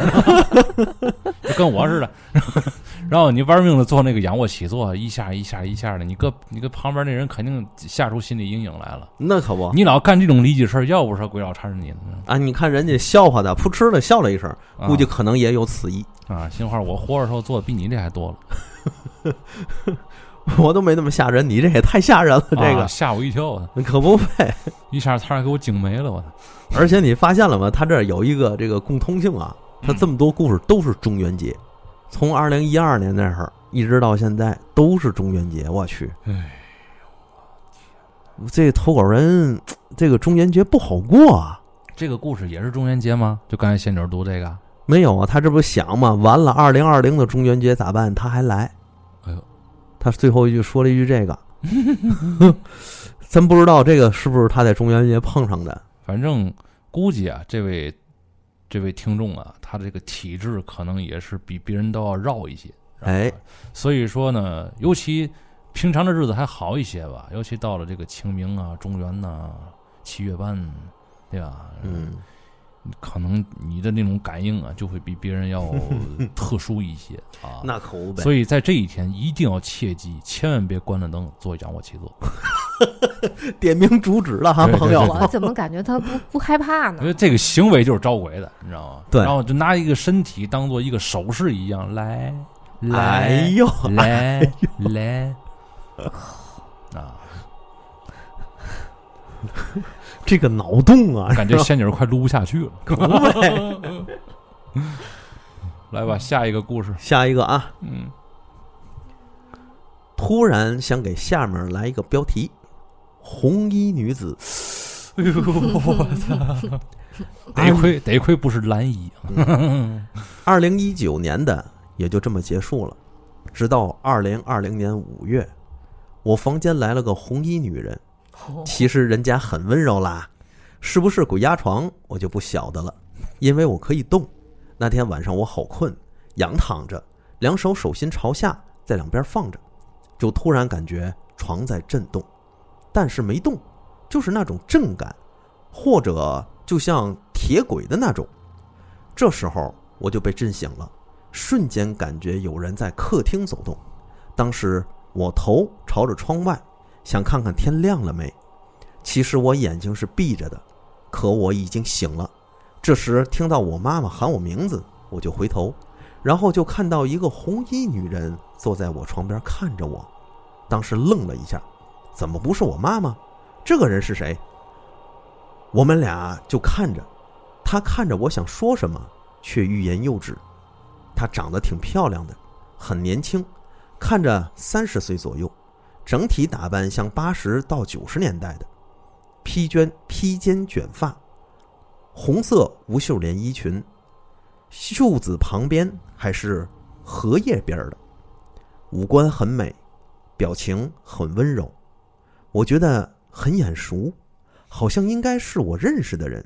A: 就跟我似的。 然后你玩命的做那个仰卧起坐，一下一下一下的，你搁你搁旁边那人肯定吓出心理阴影来了。
C: 那可不
A: 你老干这种离奇事儿，要不是鬼佬缠着你呢，
C: 啊！你看人家笑话的，噗嗤的笑了一声，
A: 啊
C: 估计可能也有此意。
A: 啊，心话，我活着时候做的比你这还多了，
C: 我都没那么吓人，你这也太吓人了，这
A: 啊
C: 个、
A: 吓我一跳，
C: 可不呗。
A: 一下差点给我惊没了，我操！
C: 而且你发现了吗？他这儿有一个这个共通性啊，他这么多故事都是中元节，从二零一二年那会儿一直到现在都是中元节。我去，
A: 哎，
C: 这投稿人这个中元节不好过啊。
A: 这个故事也是中元节吗？就刚才仙女读这个，
C: 没有啊，他这不想嘛，完了二零二零的中元节咋办？他还来。
A: 哎呦，
C: 他最后一句说了一句这个， 咱不知道这个是不是他在中元节碰上的。
A: 反正估计啊，这位这位听众啊，他这个体质可能也是比别人都要绕一些，
C: 哎，
A: 所以说呢，尤其平常的日子还好一些吧，尤其到了这个清明啊、中元呐、七月半，对吧？，
C: 嗯，
A: 可能你的那种感应啊，就会比别人要 特殊一些啊。
C: 那可不呗。
A: 所以在这一天一定要切记，千万别关了灯做仰卧起坐。
C: 点名主旨了哈，
A: 对对
C: 朋友。
A: 对
B: 我怎么感觉他不不害怕
A: 我
B: 呢
A: 觉？得这个行为就是招鬼的，你知道吗？
C: 对
A: 然后就拿一个身体当做一个手势一样，来来
C: 哎呦，
A: 来来，啊，
C: 这个脑洞啊，
A: 感觉仙女儿快录不下去了。
C: 呗。
A: 来吧，下一个故事。
C: 下一个啊，
A: 嗯，
C: 突然想给下面来一个标题：红衣女子。
A: 哎呦，我操！得亏得亏不是蓝衣，
C: 二零一九年的也就这么结束了，直到二零二零年五月，我房间来了个红衣女人，其实人家很温柔啦，是不是鬼压床我就不晓得了，因为我可以动。那天晚上我好困，仰躺着，两手手心朝下，在两边放着，就突然感觉床在震动，但是没动，就是那种震感，或者就像铁轨的那种。这时候我就被震醒了，瞬间感觉有人在客厅走动。当时我头朝着窗外，想看看天亮了没。其实我眼睛是闭着的，可我已经醒了。这时听到我妈妈喊我名字，我就回头，然后就看到一个红衣女人坐在我床边看着我。当时愣了一下，怎么不是我妈妈？这个人是谁？我们俩就看着，他看着我想说什么，却欲言又止。她长得挺漂亮的，很年轻，看着三十岁左右，整体打扮像八十到九十年代的，披肩披肩卷发，红色无袖连衣裙，袖子旁边还是荷叶边儿的，五官很美，表情很温柔，我觉得很眼熟，好像应该是我认识的人。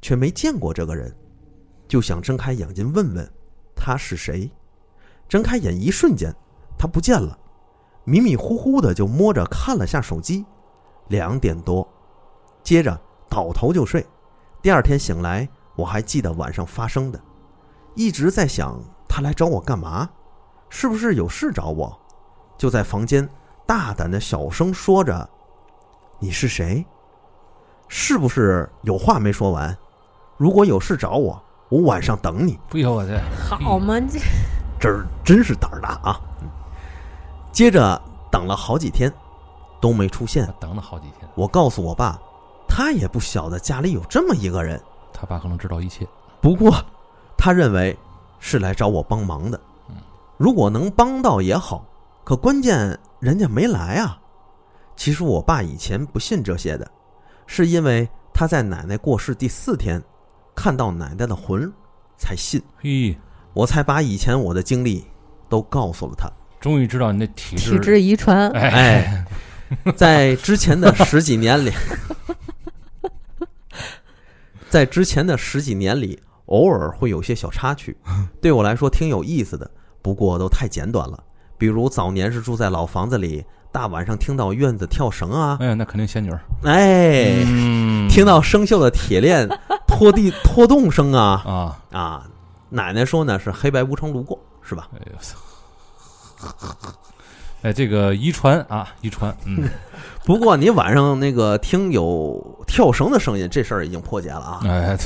C: 却没见过这个人，就想睁开眼睛问问他是谁。睁开眼一瞬间，他不见了，迷迷糊糊的就摸着看了下手机，两点多，接着倒头就睡。第二天醒来，我还记得晚上发生的，一直在想他来找我干嘛，是不是有事找我？就在房间大胆的小声说着：“你是谁？是不是有话没说完？如果有事找我，我晚上等你。”
A: 哎呦我去，
D: 好吗？这
C: 这儿真是胆儿大啊！接着等了好几天，都没出现
A: 他。等了好几天，
C: 我告诉我爸，他也不晓得家里有这么一个人，
A: 他爸可能知道一切。
C: 不过他认为是来找我帮忙的
A: 嗯。
C: 如果能帮到也好，可关键人家没来啊。其实我爸以前不信这些的，是因为他在奶奶过世第四天看到奶奶的魂才信。
A: 嘿，
C: 我才把以前我的经历都告诉了他。
A: 终于知道你的体质，
D: 体质遗传，
A: 哎，
C: 哎，在之前的十几年 里，在之前的十几年里，偶尔会有些小插曲，对我来说挺有意思的，不过都太简短了。比如早年是住在老房子里，大晚上听到院子跳绳啊，
A: 哎呀，那肯定仙女儿。
C: 哎，
A: 嗯，
C: 听到生锈的铁链拖地拖动声啊
A: 啊，
C: 啊！奶奶说呢是黑白无常路过，是吧？
A: 哎呦我操！哎，这个遗传啊，遗传，嗯，
C: 不过你晚上那个听有跳绳的声音，这事儿已经破解了啊。
A: 哎，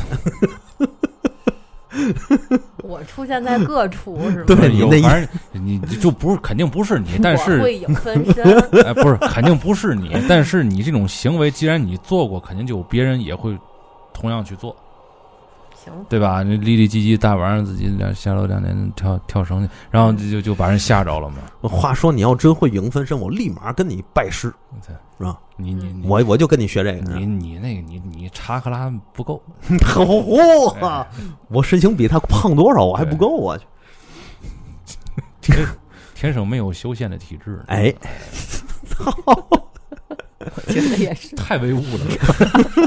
D: 我出现在各处是吗？
C: 对
A: 不是
C: 你
A: 有
C: 那意
A: 反正你你就不是，肯定不是你，但
D: 我
A: 是
D: 会影分 身，
A: 哎，不是，肯定不是你，但是你这种行为，既然你做过，肯定就有别人也会同样去做，
D: 行，
A: 对吧？那哩哩唧唧，大晚上自己两下楼两点跳跳绳去，然后就就就把人吓着了嘛。
C: 话说你要真会影分身，我立马跟你拜师，是吧？
A: 你你你
C: 我我就跟你学这个。
A: 你你那个你你查克拉不够，
C: 好
A: 哎
C: 啊！我身形比他胖多少，我还不够啊我去。
A: 天天生没有修仙的体质，
C: 哎，
D: 觉得也是。
A: 太唯物了。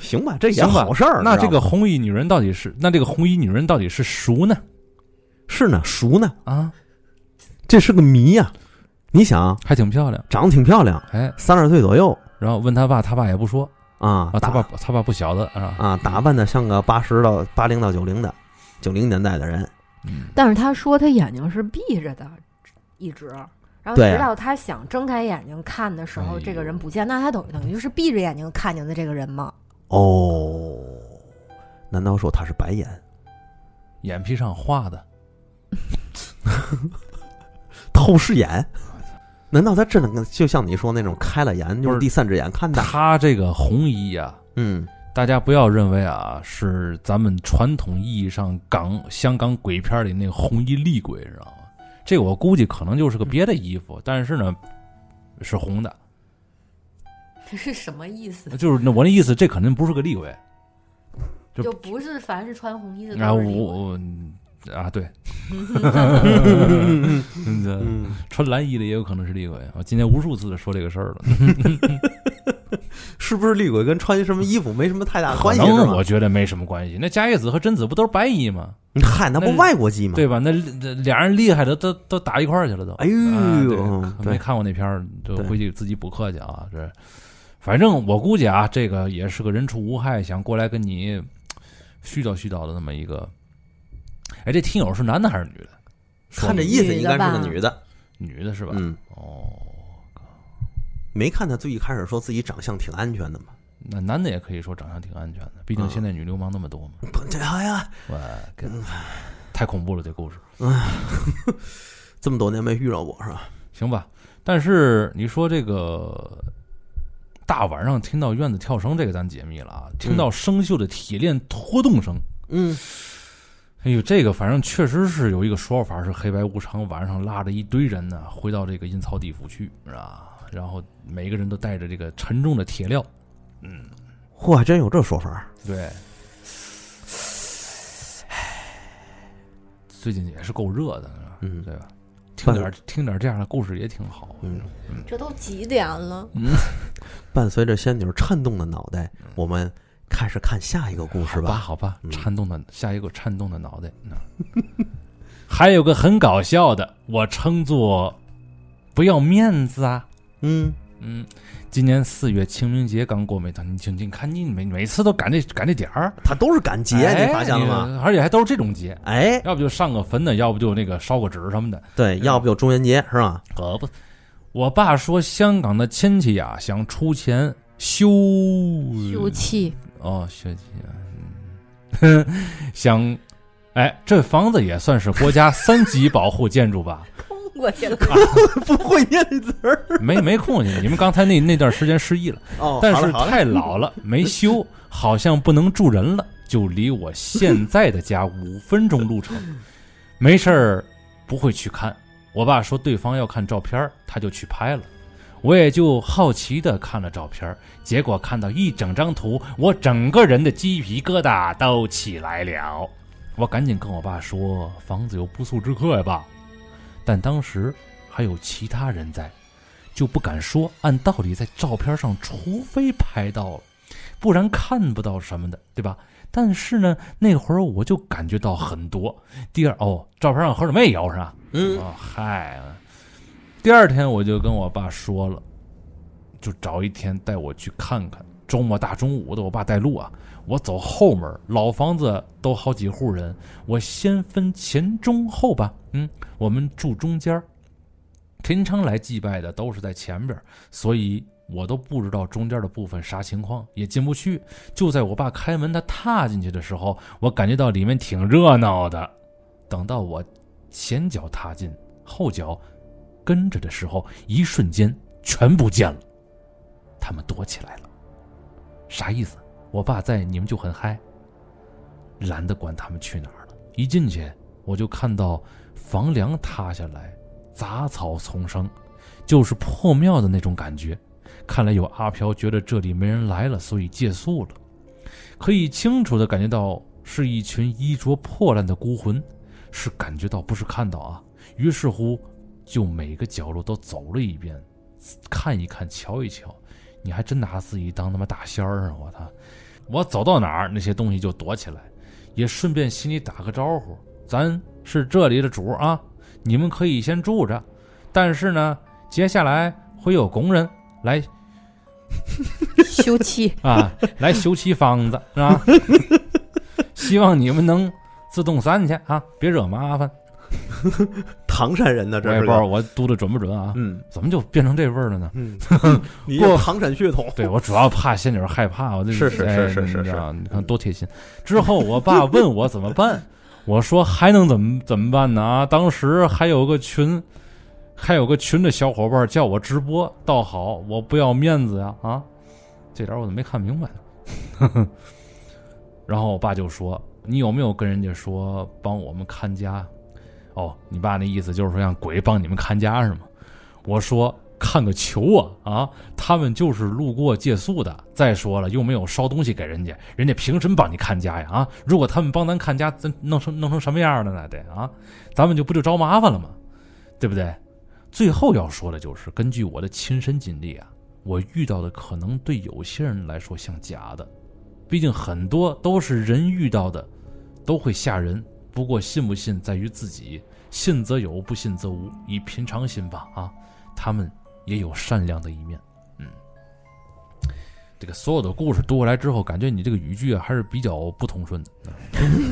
C: 行吧，这也
A: 行吧
C: 好事儿。
A: 那
C: 知
A: 这
C: 道
A: 个
C: 吗
A: 红衣女人到底是那这个红衣女人到底是孰呢？
C: 是呢，熟呢，
A: 啊，
C: 这是个谜呀、你想，
A: 还挺漂亮。
C: 长得挺漂亮，
A: 哎，
C: 三十岁左右
A: 然后问他爸，他爸也不说啊，
C: 啊，
A: 他
C: 打
A: 爸他爸不晓得啊。
C: 啊，打扮的像个八十到八零到九零的九零年代的人。
A: 嗯，
B: 但是他说他眼睛是闭着的，
D: 一直，然后
C: 对啊
D: 直到他想睁开眼睛看的时
A: 哎
D: 候，
A: 呦
D: 这个人不见，那他等于等于就是闭着眼睛看见的这个人吗？
C: 哦，难道说他是白眼？
A: 眼皮上画的，
C: 透视眼？难道他真的跟就像你说那种开了眼，就是第三只眼看的？啊
A: 他这个红衣呀、
C: 嗯，
A: 大家不要认为啊是咱们传统意义上港香港鬼片里那个红衣厉鬼，知道吗？这个我估计可能就是个别的衣服，但是呢是红的，
D: 这 是什么意思？
A: 就是那我那意思，这肯定不是个厉鬼。就
D: 就不是凡是穿红衣的
A: 然后
D: 都是厉鬼。
A: 我我啊对， 嗯这穿蓝衣的也有可能是厉鬼。我今天无数次的说这个事儿了，
C: 是不是厉鬼跟穿什么衣服没什么太大关系
A: 可
C: 啊是
A: 能
C: 吗
A: 我？觉得没什么关系。那伽叶子和贞子不都是白衣吗？
C: 嗨，那不外国籍吗？
A: 对吧？那那俩人厉害的都都打一块儿去了都。
C: 哎呦
A: 啊对
C: 嗯
A: 没
C: 对
A: 看过那片儿，就
C: 对
A: 回去自己补课去啊。这，反正我估计啊，这个也是个人畜无害，想过来跟你絮叨絮叨的那么一个。哎，这听友是男的还是女的？
C: 看这意思
D: 女
C: 应
D: 的
C: 该是个
D: 吧
C: 女的。
A: 女的是吧？
C: 嗯，
A: 哦，
C: 没看他最一开始说自己长相挺安全的吗？
A: 那男的也可以说长相挺安全的，毕竟
C: 嗯
A: 现在女流氓那么多嘛。
C: 不这哎呀，嗯
A: 我跟太恐怖了，这故事。
C: 这么多年没遇到过是吧？
A: 行吧，但是你说这个大晚上听到院子跳绳，这个咱解密了啊，听到生锈的铁链拖动声，
C: 嗯，
A: 哎呦，这个反正确实是有一个说法是黑白无常晚上拉着一堆人呢，回到这个阴曹地府去啊，然后每个人都带着这个沉重的铁镣，
C: 嚯，还真有这说法。
A: 对。最近也是够热的，
C: 嗯
A: 对吧？听点儿听点儿这样的故事也挺好。
C: 嗯，
D: 这都几点了？
A: 嗯，
C: 伴随着仙女颤动的脑袋，我们开始看下一个故事
A: 好吧，
C: 嗯吧。
A: 好吧，
C: 嗯
A: 颤动的下一个颤动的脑袋。嗯 还有个很搞笑的，我称作不要面子啊。
C: 嗯，
A: 嗯，今年四月清明节刚过没到，你就你看你每每次都赶这赶这点儿
C: 他都是赶集，
A: 哎
C: 你发现了吗？
A: 你而且还都是这种节，
C: 哎，
A: 要不就上个坟的，要不就那个烧个纸什么的。
C: 对，要不就中元节 是吧？
A: 可不，我爸说香港的亲戚呀、想出钱修
B: 休 憩，
A: 哦，学姐，嗯， 想，哎，这房子也算是国家三级保护建筑吧？
D: 冲过 去了。
C: 不会念字儿
A: 没没空去，你们刚才那那段时间失忆了，
C: 哦，
A: 但
C: 好
A: 是
C: 了好了
A: 太老 了，没修，好像不能住人了，就离我现在的家五分钟路程，没事儿不会去看。我爸说对方要看照片儿，他就去拍了。我也就好奇的看了照片儿，结果看到一整张图，我整个人的鸡皮疙瘩都起来了。我赶紧跟我爸说，房子有不速之客呀，爸。但当时还有其他人在，就不敢说。按道理在照片上，除非拍到了，不然看不到什么的，对吧？但是呢，那会儿我就感觉到很多。第二，哦，照片上何水妹有是吧？
C: 嗯
A: 哦，嗨，第二天我就跟我爸说了，就找一天带我去看看。周末大中午的，我爸带路啊，我走后门，老房子都好几户人，我先分前中后吧。嗯，我们住中间儿平常来祭拜的都是在前边儿，所以我都不知道中间的部分啥情况，也进不去。就在我爸开门，他踏进去的时候，我感觉到里面挺热闹的。等到我前脚踏进，后脚跟着的时候，一瞬间全不见了，他们躲起来了。啥意思？我爸在，你们就很嗨，懒得管他们去哪儿了。一进去，我就看到房梁塌下来，杂草丛生，就是破庙的那种感觉。看来有阿飘觉得这里没人来了，所以借宿了。可以清楚的感觉到是一群衣着破烂的孤魂，是感觉到不是看到啊。于是乎，就每个角落都走了一遍，看一看，瞧一瞧。你还真拿自己当他妈大仙儿啊！我操！我走到哪儿，那些东西就躲起来，也顺便心里打个招呼，咱是这里的主儿啊，你们可以先住着，但是呢，接下来会有工人来
D: 休憩，
A: 啊，来修漆方子是吧？ 希望你们能自动散去啊，别惹麻烦。
C: 唐山人呢，
A: 我也不知
C: 这是
A: 道
C: 个。
A: 我读的准不准啊？
C: 嗯
A: 怎么就变成这味儿了呢？
C: 嗯， 你
A: 过
C: 有唐山血统。
A: 对我主要怕仙女害怕，我就是
C: 是
A: 哎
C: 是是是
A: 你知
C: 是
A: 道你看多贴心。之后我爸问我怎么办，我说还能怎么怎么办呢？啊，当时还有个群，还有个群的小伙伴叫我直播，倒好，我不要面子呀啊！这点我怎么没看明白 呢？然后我爸就说：“你有没有跟人家说帮我们看家？”哦，你爸那意思就是说让鬼帮你们看家是吗？我说看个球啊啊！他们就是路过借宿的。再说了，又没有烧东西给人家，人家凭什么帮你看家呀？啊，如果他们帮咱看家，咱弄成弄成什么样了呢？得啊，咱们就不就招麻烦了吗？对不对？最后要说的就是，根据我的亲身经历啊，我遇到的可能对有些人来说像假的，毕竟很多都是人遇到的，都会吓人。不过信不信在于自己，信则有，不信则无，以平常心吧啊。他们也有善良的一面。嗯，这个所有的故事读过来之后，感觉你这个语句啊还是比较不通顺的。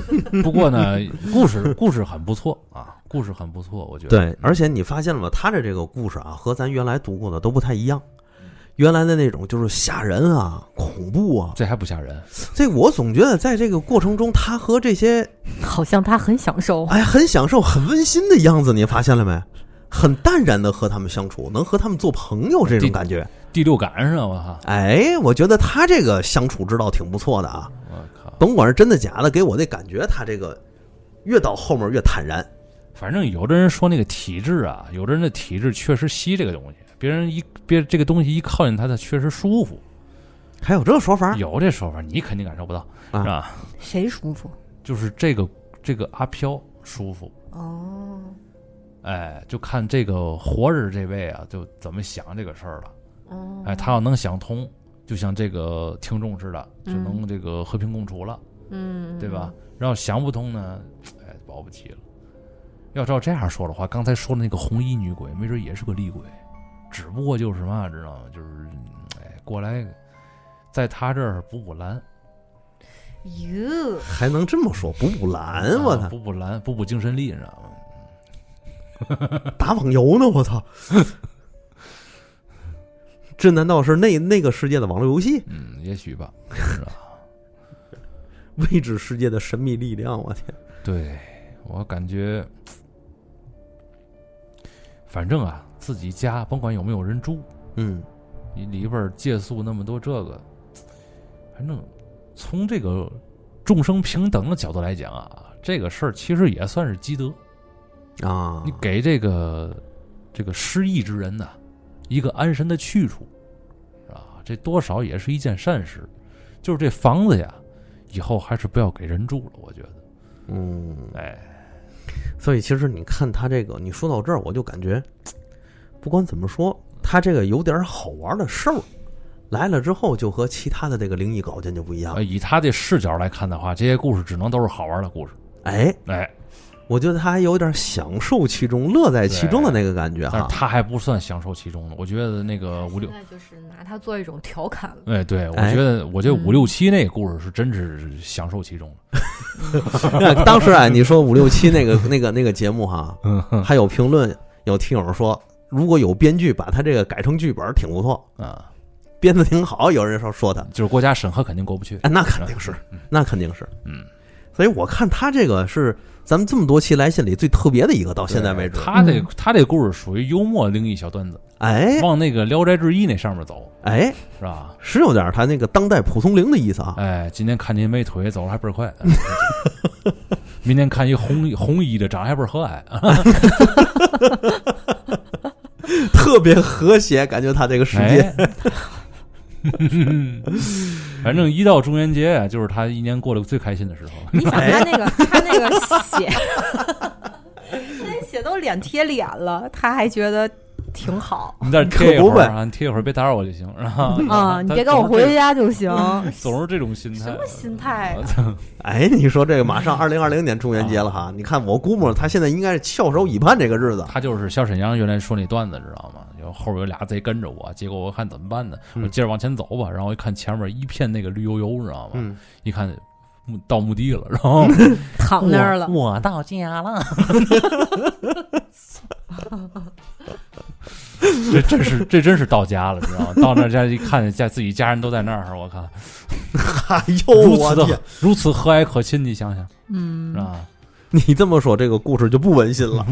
A: 不过呢，故事故事很不错啊，故事很不错，我觉得。嗯
C: 对，而且你发现了吗？他的这个故事啊，和咱原来读过的都不太一样。原来的那种就是吓人啊、恐怖啊，
A: 这还不吓人，
C: 这我总觉得在这个过程中，他和这些
D: 好像他很享受。
C: 哎很享受、很温馨的样子，你发现了没？很淡然的和他们相处，能和他们做朋友这种感觉。
A: 第六感是吧？我哈，
C: 哎，我觉得他这个相处之道挺不错的啊，
A: 我靠，
C: 甭管是真的假的，给我的感觉，他这个越到后面越坦然。
A: 反正有的人说那个体质啊，有的人的体质确实吸这个东西，别人一别这个东西一靠近他，他确实舒服，
C: 还有这说法？
A: 有这说法，你肯定感受不到，
C: 啊
A: 是吧？
D: 谁舒服？
A: 就是这个这个阿飘舒服，
D: 哦，
A: 哎，就看这个活着这位啊，就怎么想这个事儿了。
D: 哦
A: 哎，他要能想通，就像这个听众似的，只能这个和平共处了，
D: 嗯，
A: 对吧？？然后想不通呢，哎，保不齐了。要照这样说的话，刚才说的那个红衣女鬼，没准也是个厉鬼，只不过就是嘛，知道吗？就是嗯哎，过来在他这儿补补蓝，
D: 哟，
C: 还能这么说？补补蓝，
A: 啊
C: 我操，
A: 补补蓝，补补精神力，你知道吗？
C: 打网游呢，我操！ 这难道是那那个世界的网络游戏？
A: 嗯，也许吧，是吧？
C: 未知世界的神秘力量，我天！
A: 对我感觉，反正啊，自己家甭管有没有人住，
C: 嗯，
A: 你里边儿借宿那么多这个，反正从这个众生平等的角度来讲啊，这个事儿其实也算是积德。
C: 啊，
A: 你给这个这个失意之人呐、一个安身的去处，啊，这多少也是一件善事。就是这房子呀，以后还是不要给人住了，我觉得。
C: 嗯，
A: 哎，
C: 所以其实你看他这个，你说到这儿，我就感觉，不管怎么说，他这个有点好玩的事儿来了之后，就和其他的这个灵异稿件就不一样
A: 呃。以他的视角来看的话，这些故事只能都是好玩的故事。
C: 哎，
A: 哎，
C: 我觉得他还有点享受其中、乐在其中的那个感觉
A: 但是
C: 哈。
A: 他还不算享受其中的。我觉得那个五六
D: 现，在就是拿它做一种调侃了。
A: 哎，对，我
C: 哎
A: 觉得我觉得
D: 嗯
A: 五六七那个故事是真是享受其中的。
C: 当时啊，你说五六七那个 那个那个节目哈，
A: 嗯
C: 还有评论有听友说，如果有编剧把他这个改成剧本，挺不错，
A: 啊，
C: 编的挺好。有人说说他，
A: 就是国家审核肯定过不去。
C: 哎，那肯定是，那肯定是。
A: 嗯，
C: 所以我看他这个是咱们这么多期来信里最特别的一个，到现在为止。
A: 他这他这故事属于幽默灵异小段子，
C: 嗯哎
A: 往那个《聊斋志异》那上面走，
C: 哎，
A: 是吧？
C: 是有点他那个当代蒲松龄的意思啊。
A: 哎，今天看您没腿走的还倍儿快，哎明天看一红红衣的长得还倍儿和蔼，
C: 特别和谐，感觉他这个世界。
A: 哎， 反正一到中元节啊，就是他一年过得最开心的 时候。
D: 你想他那个，他那个血， 那血都脸贴脸了，他还觉得挺好
A: 你在这贴一
C: 可
A: 会
C: 不
A: 儿
C: 呗
A: 啊，你贴一会儿，别打扰我就行。然后
D: 啊！你别跟
A: 跟
D: 我回家就行。
A: 总是这种心态。
D: 什么心态啊
A: 我操
C: 哎，你说这个马上二零二零年中元节了
A: 啊
C: 哈，你看我估摸他现在应该是翘首以盼这个日子。
A: 他就是小沈阳原来说那段子，知道吗？有后边有俩贼跟着我，结果我看怎么办呢？我
C: 嗯
A: 接着往前走吧，然后一看前面一片那个绿油油，知道吗？
C: 嗯，
A: 一看墓到墓地了，然 后
D: 躺那儿了，
A: 我我到家了。这真是这真是到家了，知道吗？到那儿家一看，家自己家人都在那儿，我看
C: 哎呦
A: 如
C: 哦我
A: 此
C: 天
A: 的！如此和蔼可亲，你想想
D: 嗯
A: 是，吧？
C: 你这么说，这个故事就不温馨了，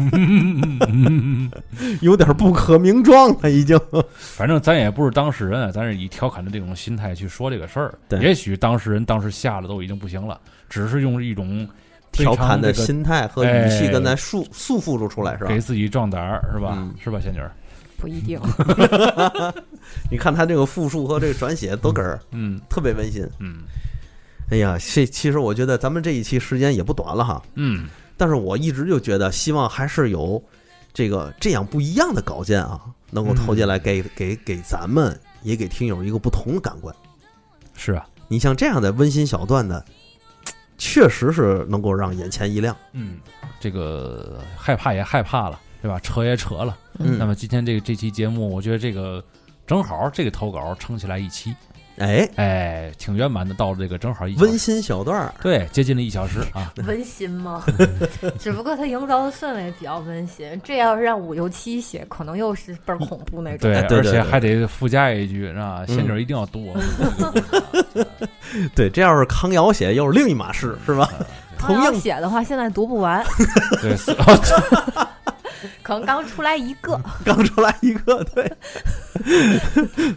C: 有点不可名状了，已经。
A: 反正咱也不是当事人，啊咱是以调侃的这种心态去说这个事儿。
C: 对
A: 也许当事人当时吓得都已经不行了，只是用一种非常
C: 调侃的
A: 这个
C: 心态和语气
A: 哎
C: 跟咱束束缚出出来是吧
A: 给？自己壮胆儿，是吧？
C: 嗯
A: 是吧，仙女儿？
D: 不一定。
C: 你看他这个复述和这个转写都 给儿
A: 嗯
C: 特别温馨。
A: 嗯
C: 哎呀，这其实我觉得咱们这一期时间也不短了哈，
A: 嗯，
C: 但是我一直就觉得，希望还是有这个这样不一样的稿件啊，能够投进来给、
A: 嗯
C: 给给咱们也给听友一个不同的感官。
A: 是啊，
C: 你像这样的温馨小段的，确实是能够让眼前一亮。
A: 嗯，这个害怕也害怕了，对吧？扯也扯了。
C: 嗯，
A: 那么今天这个这期节目，我觉得这个正好这个投稿撑起来一期，
C: 哎，
A: 哎，挺圆满的，到了这个正好一小时
C: 温馨小段儿，
A: 对，接近了一小时啊。
D: 温馨吗？ 只不过它营造的氛围比较温馨，这要是让五六七写，可能又是倍儿恐怖那种。
A: 对，
C: 对对
A: 而且
C: 对嗯
A: 还得附加一句，是吧？仙女儿一定要读我。
C: 对，这要是康瑶写又是另一码事，是吧？
D: 唐
C: 同
D: 瑶
C: 样
D: 写的话，现在读不完，
A: 对，是
D: 可能刚出来一个。
C: 刚出来一个，对，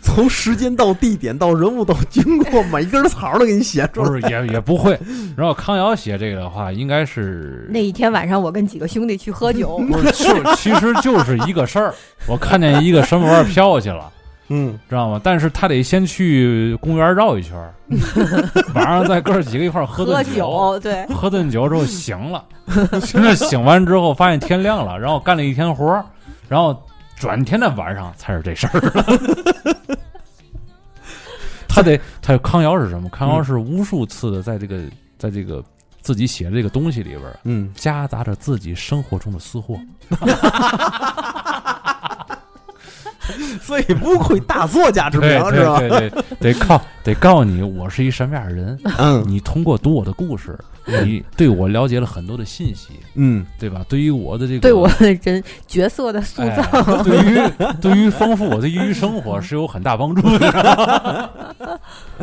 C: 从时间到地点到人物到经过，每一根草儿都给你写出
A: 不
C: 来。
A: 是也也不会。然后康瑶写这个的话，应该是
D: 那一天晚上，我跟几个兄弟去喝酒，
A: 不是，就 其实就是一个事儿。我看见一个什么玩意儿飘过去了，
C: 嗯，
A: 知道吗？但是他得先去公园绕一圈儿，晚上再哥儿几个一块儿喝
D: 喝
A: 顿酒，
D: 酒，对，
A: 喝顿酒之后醒了，现在醒完之后发现天亮了，然后干了一天活儿，然后转天的晚上才是这事儿。他得他康瑶是什么？康瑶是无数次的在这个在这个自己写的这个东西里边儿
C: 嗯，
A: 夹杂着自己生活中的私货。
C: 所以不愧大作家之名
A: 对
C: 是吧？
A: 对对对，得靠得告诉你我是一什么样的人。
C: 嗯
A: 你通过读我的故事，你对我了解了很多的信息，
C: 嗯，
A: 对吧？对于我的这个
D: 对我的人角色的塑造，
A: 哎、对于对于丰富我的业余生活是有很大帮助的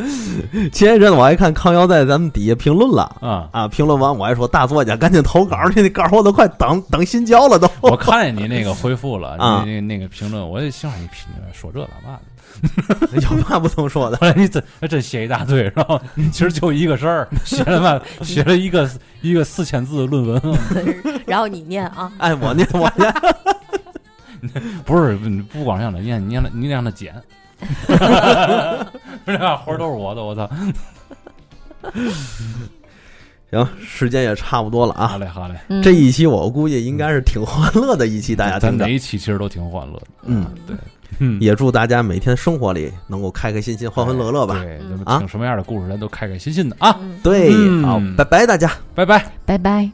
C: 前一阵子我还看康瑶在咱们底下评论了。
A: 啊！
C: 啊！评论完我还说大作家赶紧投 稿去，那稿我都快等等新交了都。
A: 我看见你那个回复了，
C: 啊
A: 那那那个评论，我也心想你评论说这干嘛呢？
C: 有嘛不能说的？
A: 后来你真还真写一大堆，然后其实就一个事儿，写了嘛，写了一个一个四千字的论文，
D: 然后你念啊，
C: 哎，我念我念，
A: 不是你不光让他念，你让他你让他剪， 这俩活儿都是我的，我操！
C: 行，时间也差不多了啊
A: 好。嘞好嘞，
D: 嗯
C: 这一期我估计应该是挺欢乐的一期，大家
A: 咱
C: 听着
A: 每。一期其实都挺欢乐的，
C: 嗯，
A: 对，嗯，
C: 也祝大家每天生活里能够开开心心、欢欢乐乐吧。
A: 对，咱们
C: 啊
A: 听什么样的故事，咱都开开心心的啊！
D: 嗯
C: 对，
A: 嗯
C: 好，拜拜，大家。
A: 拜拜。
B: 拜拜。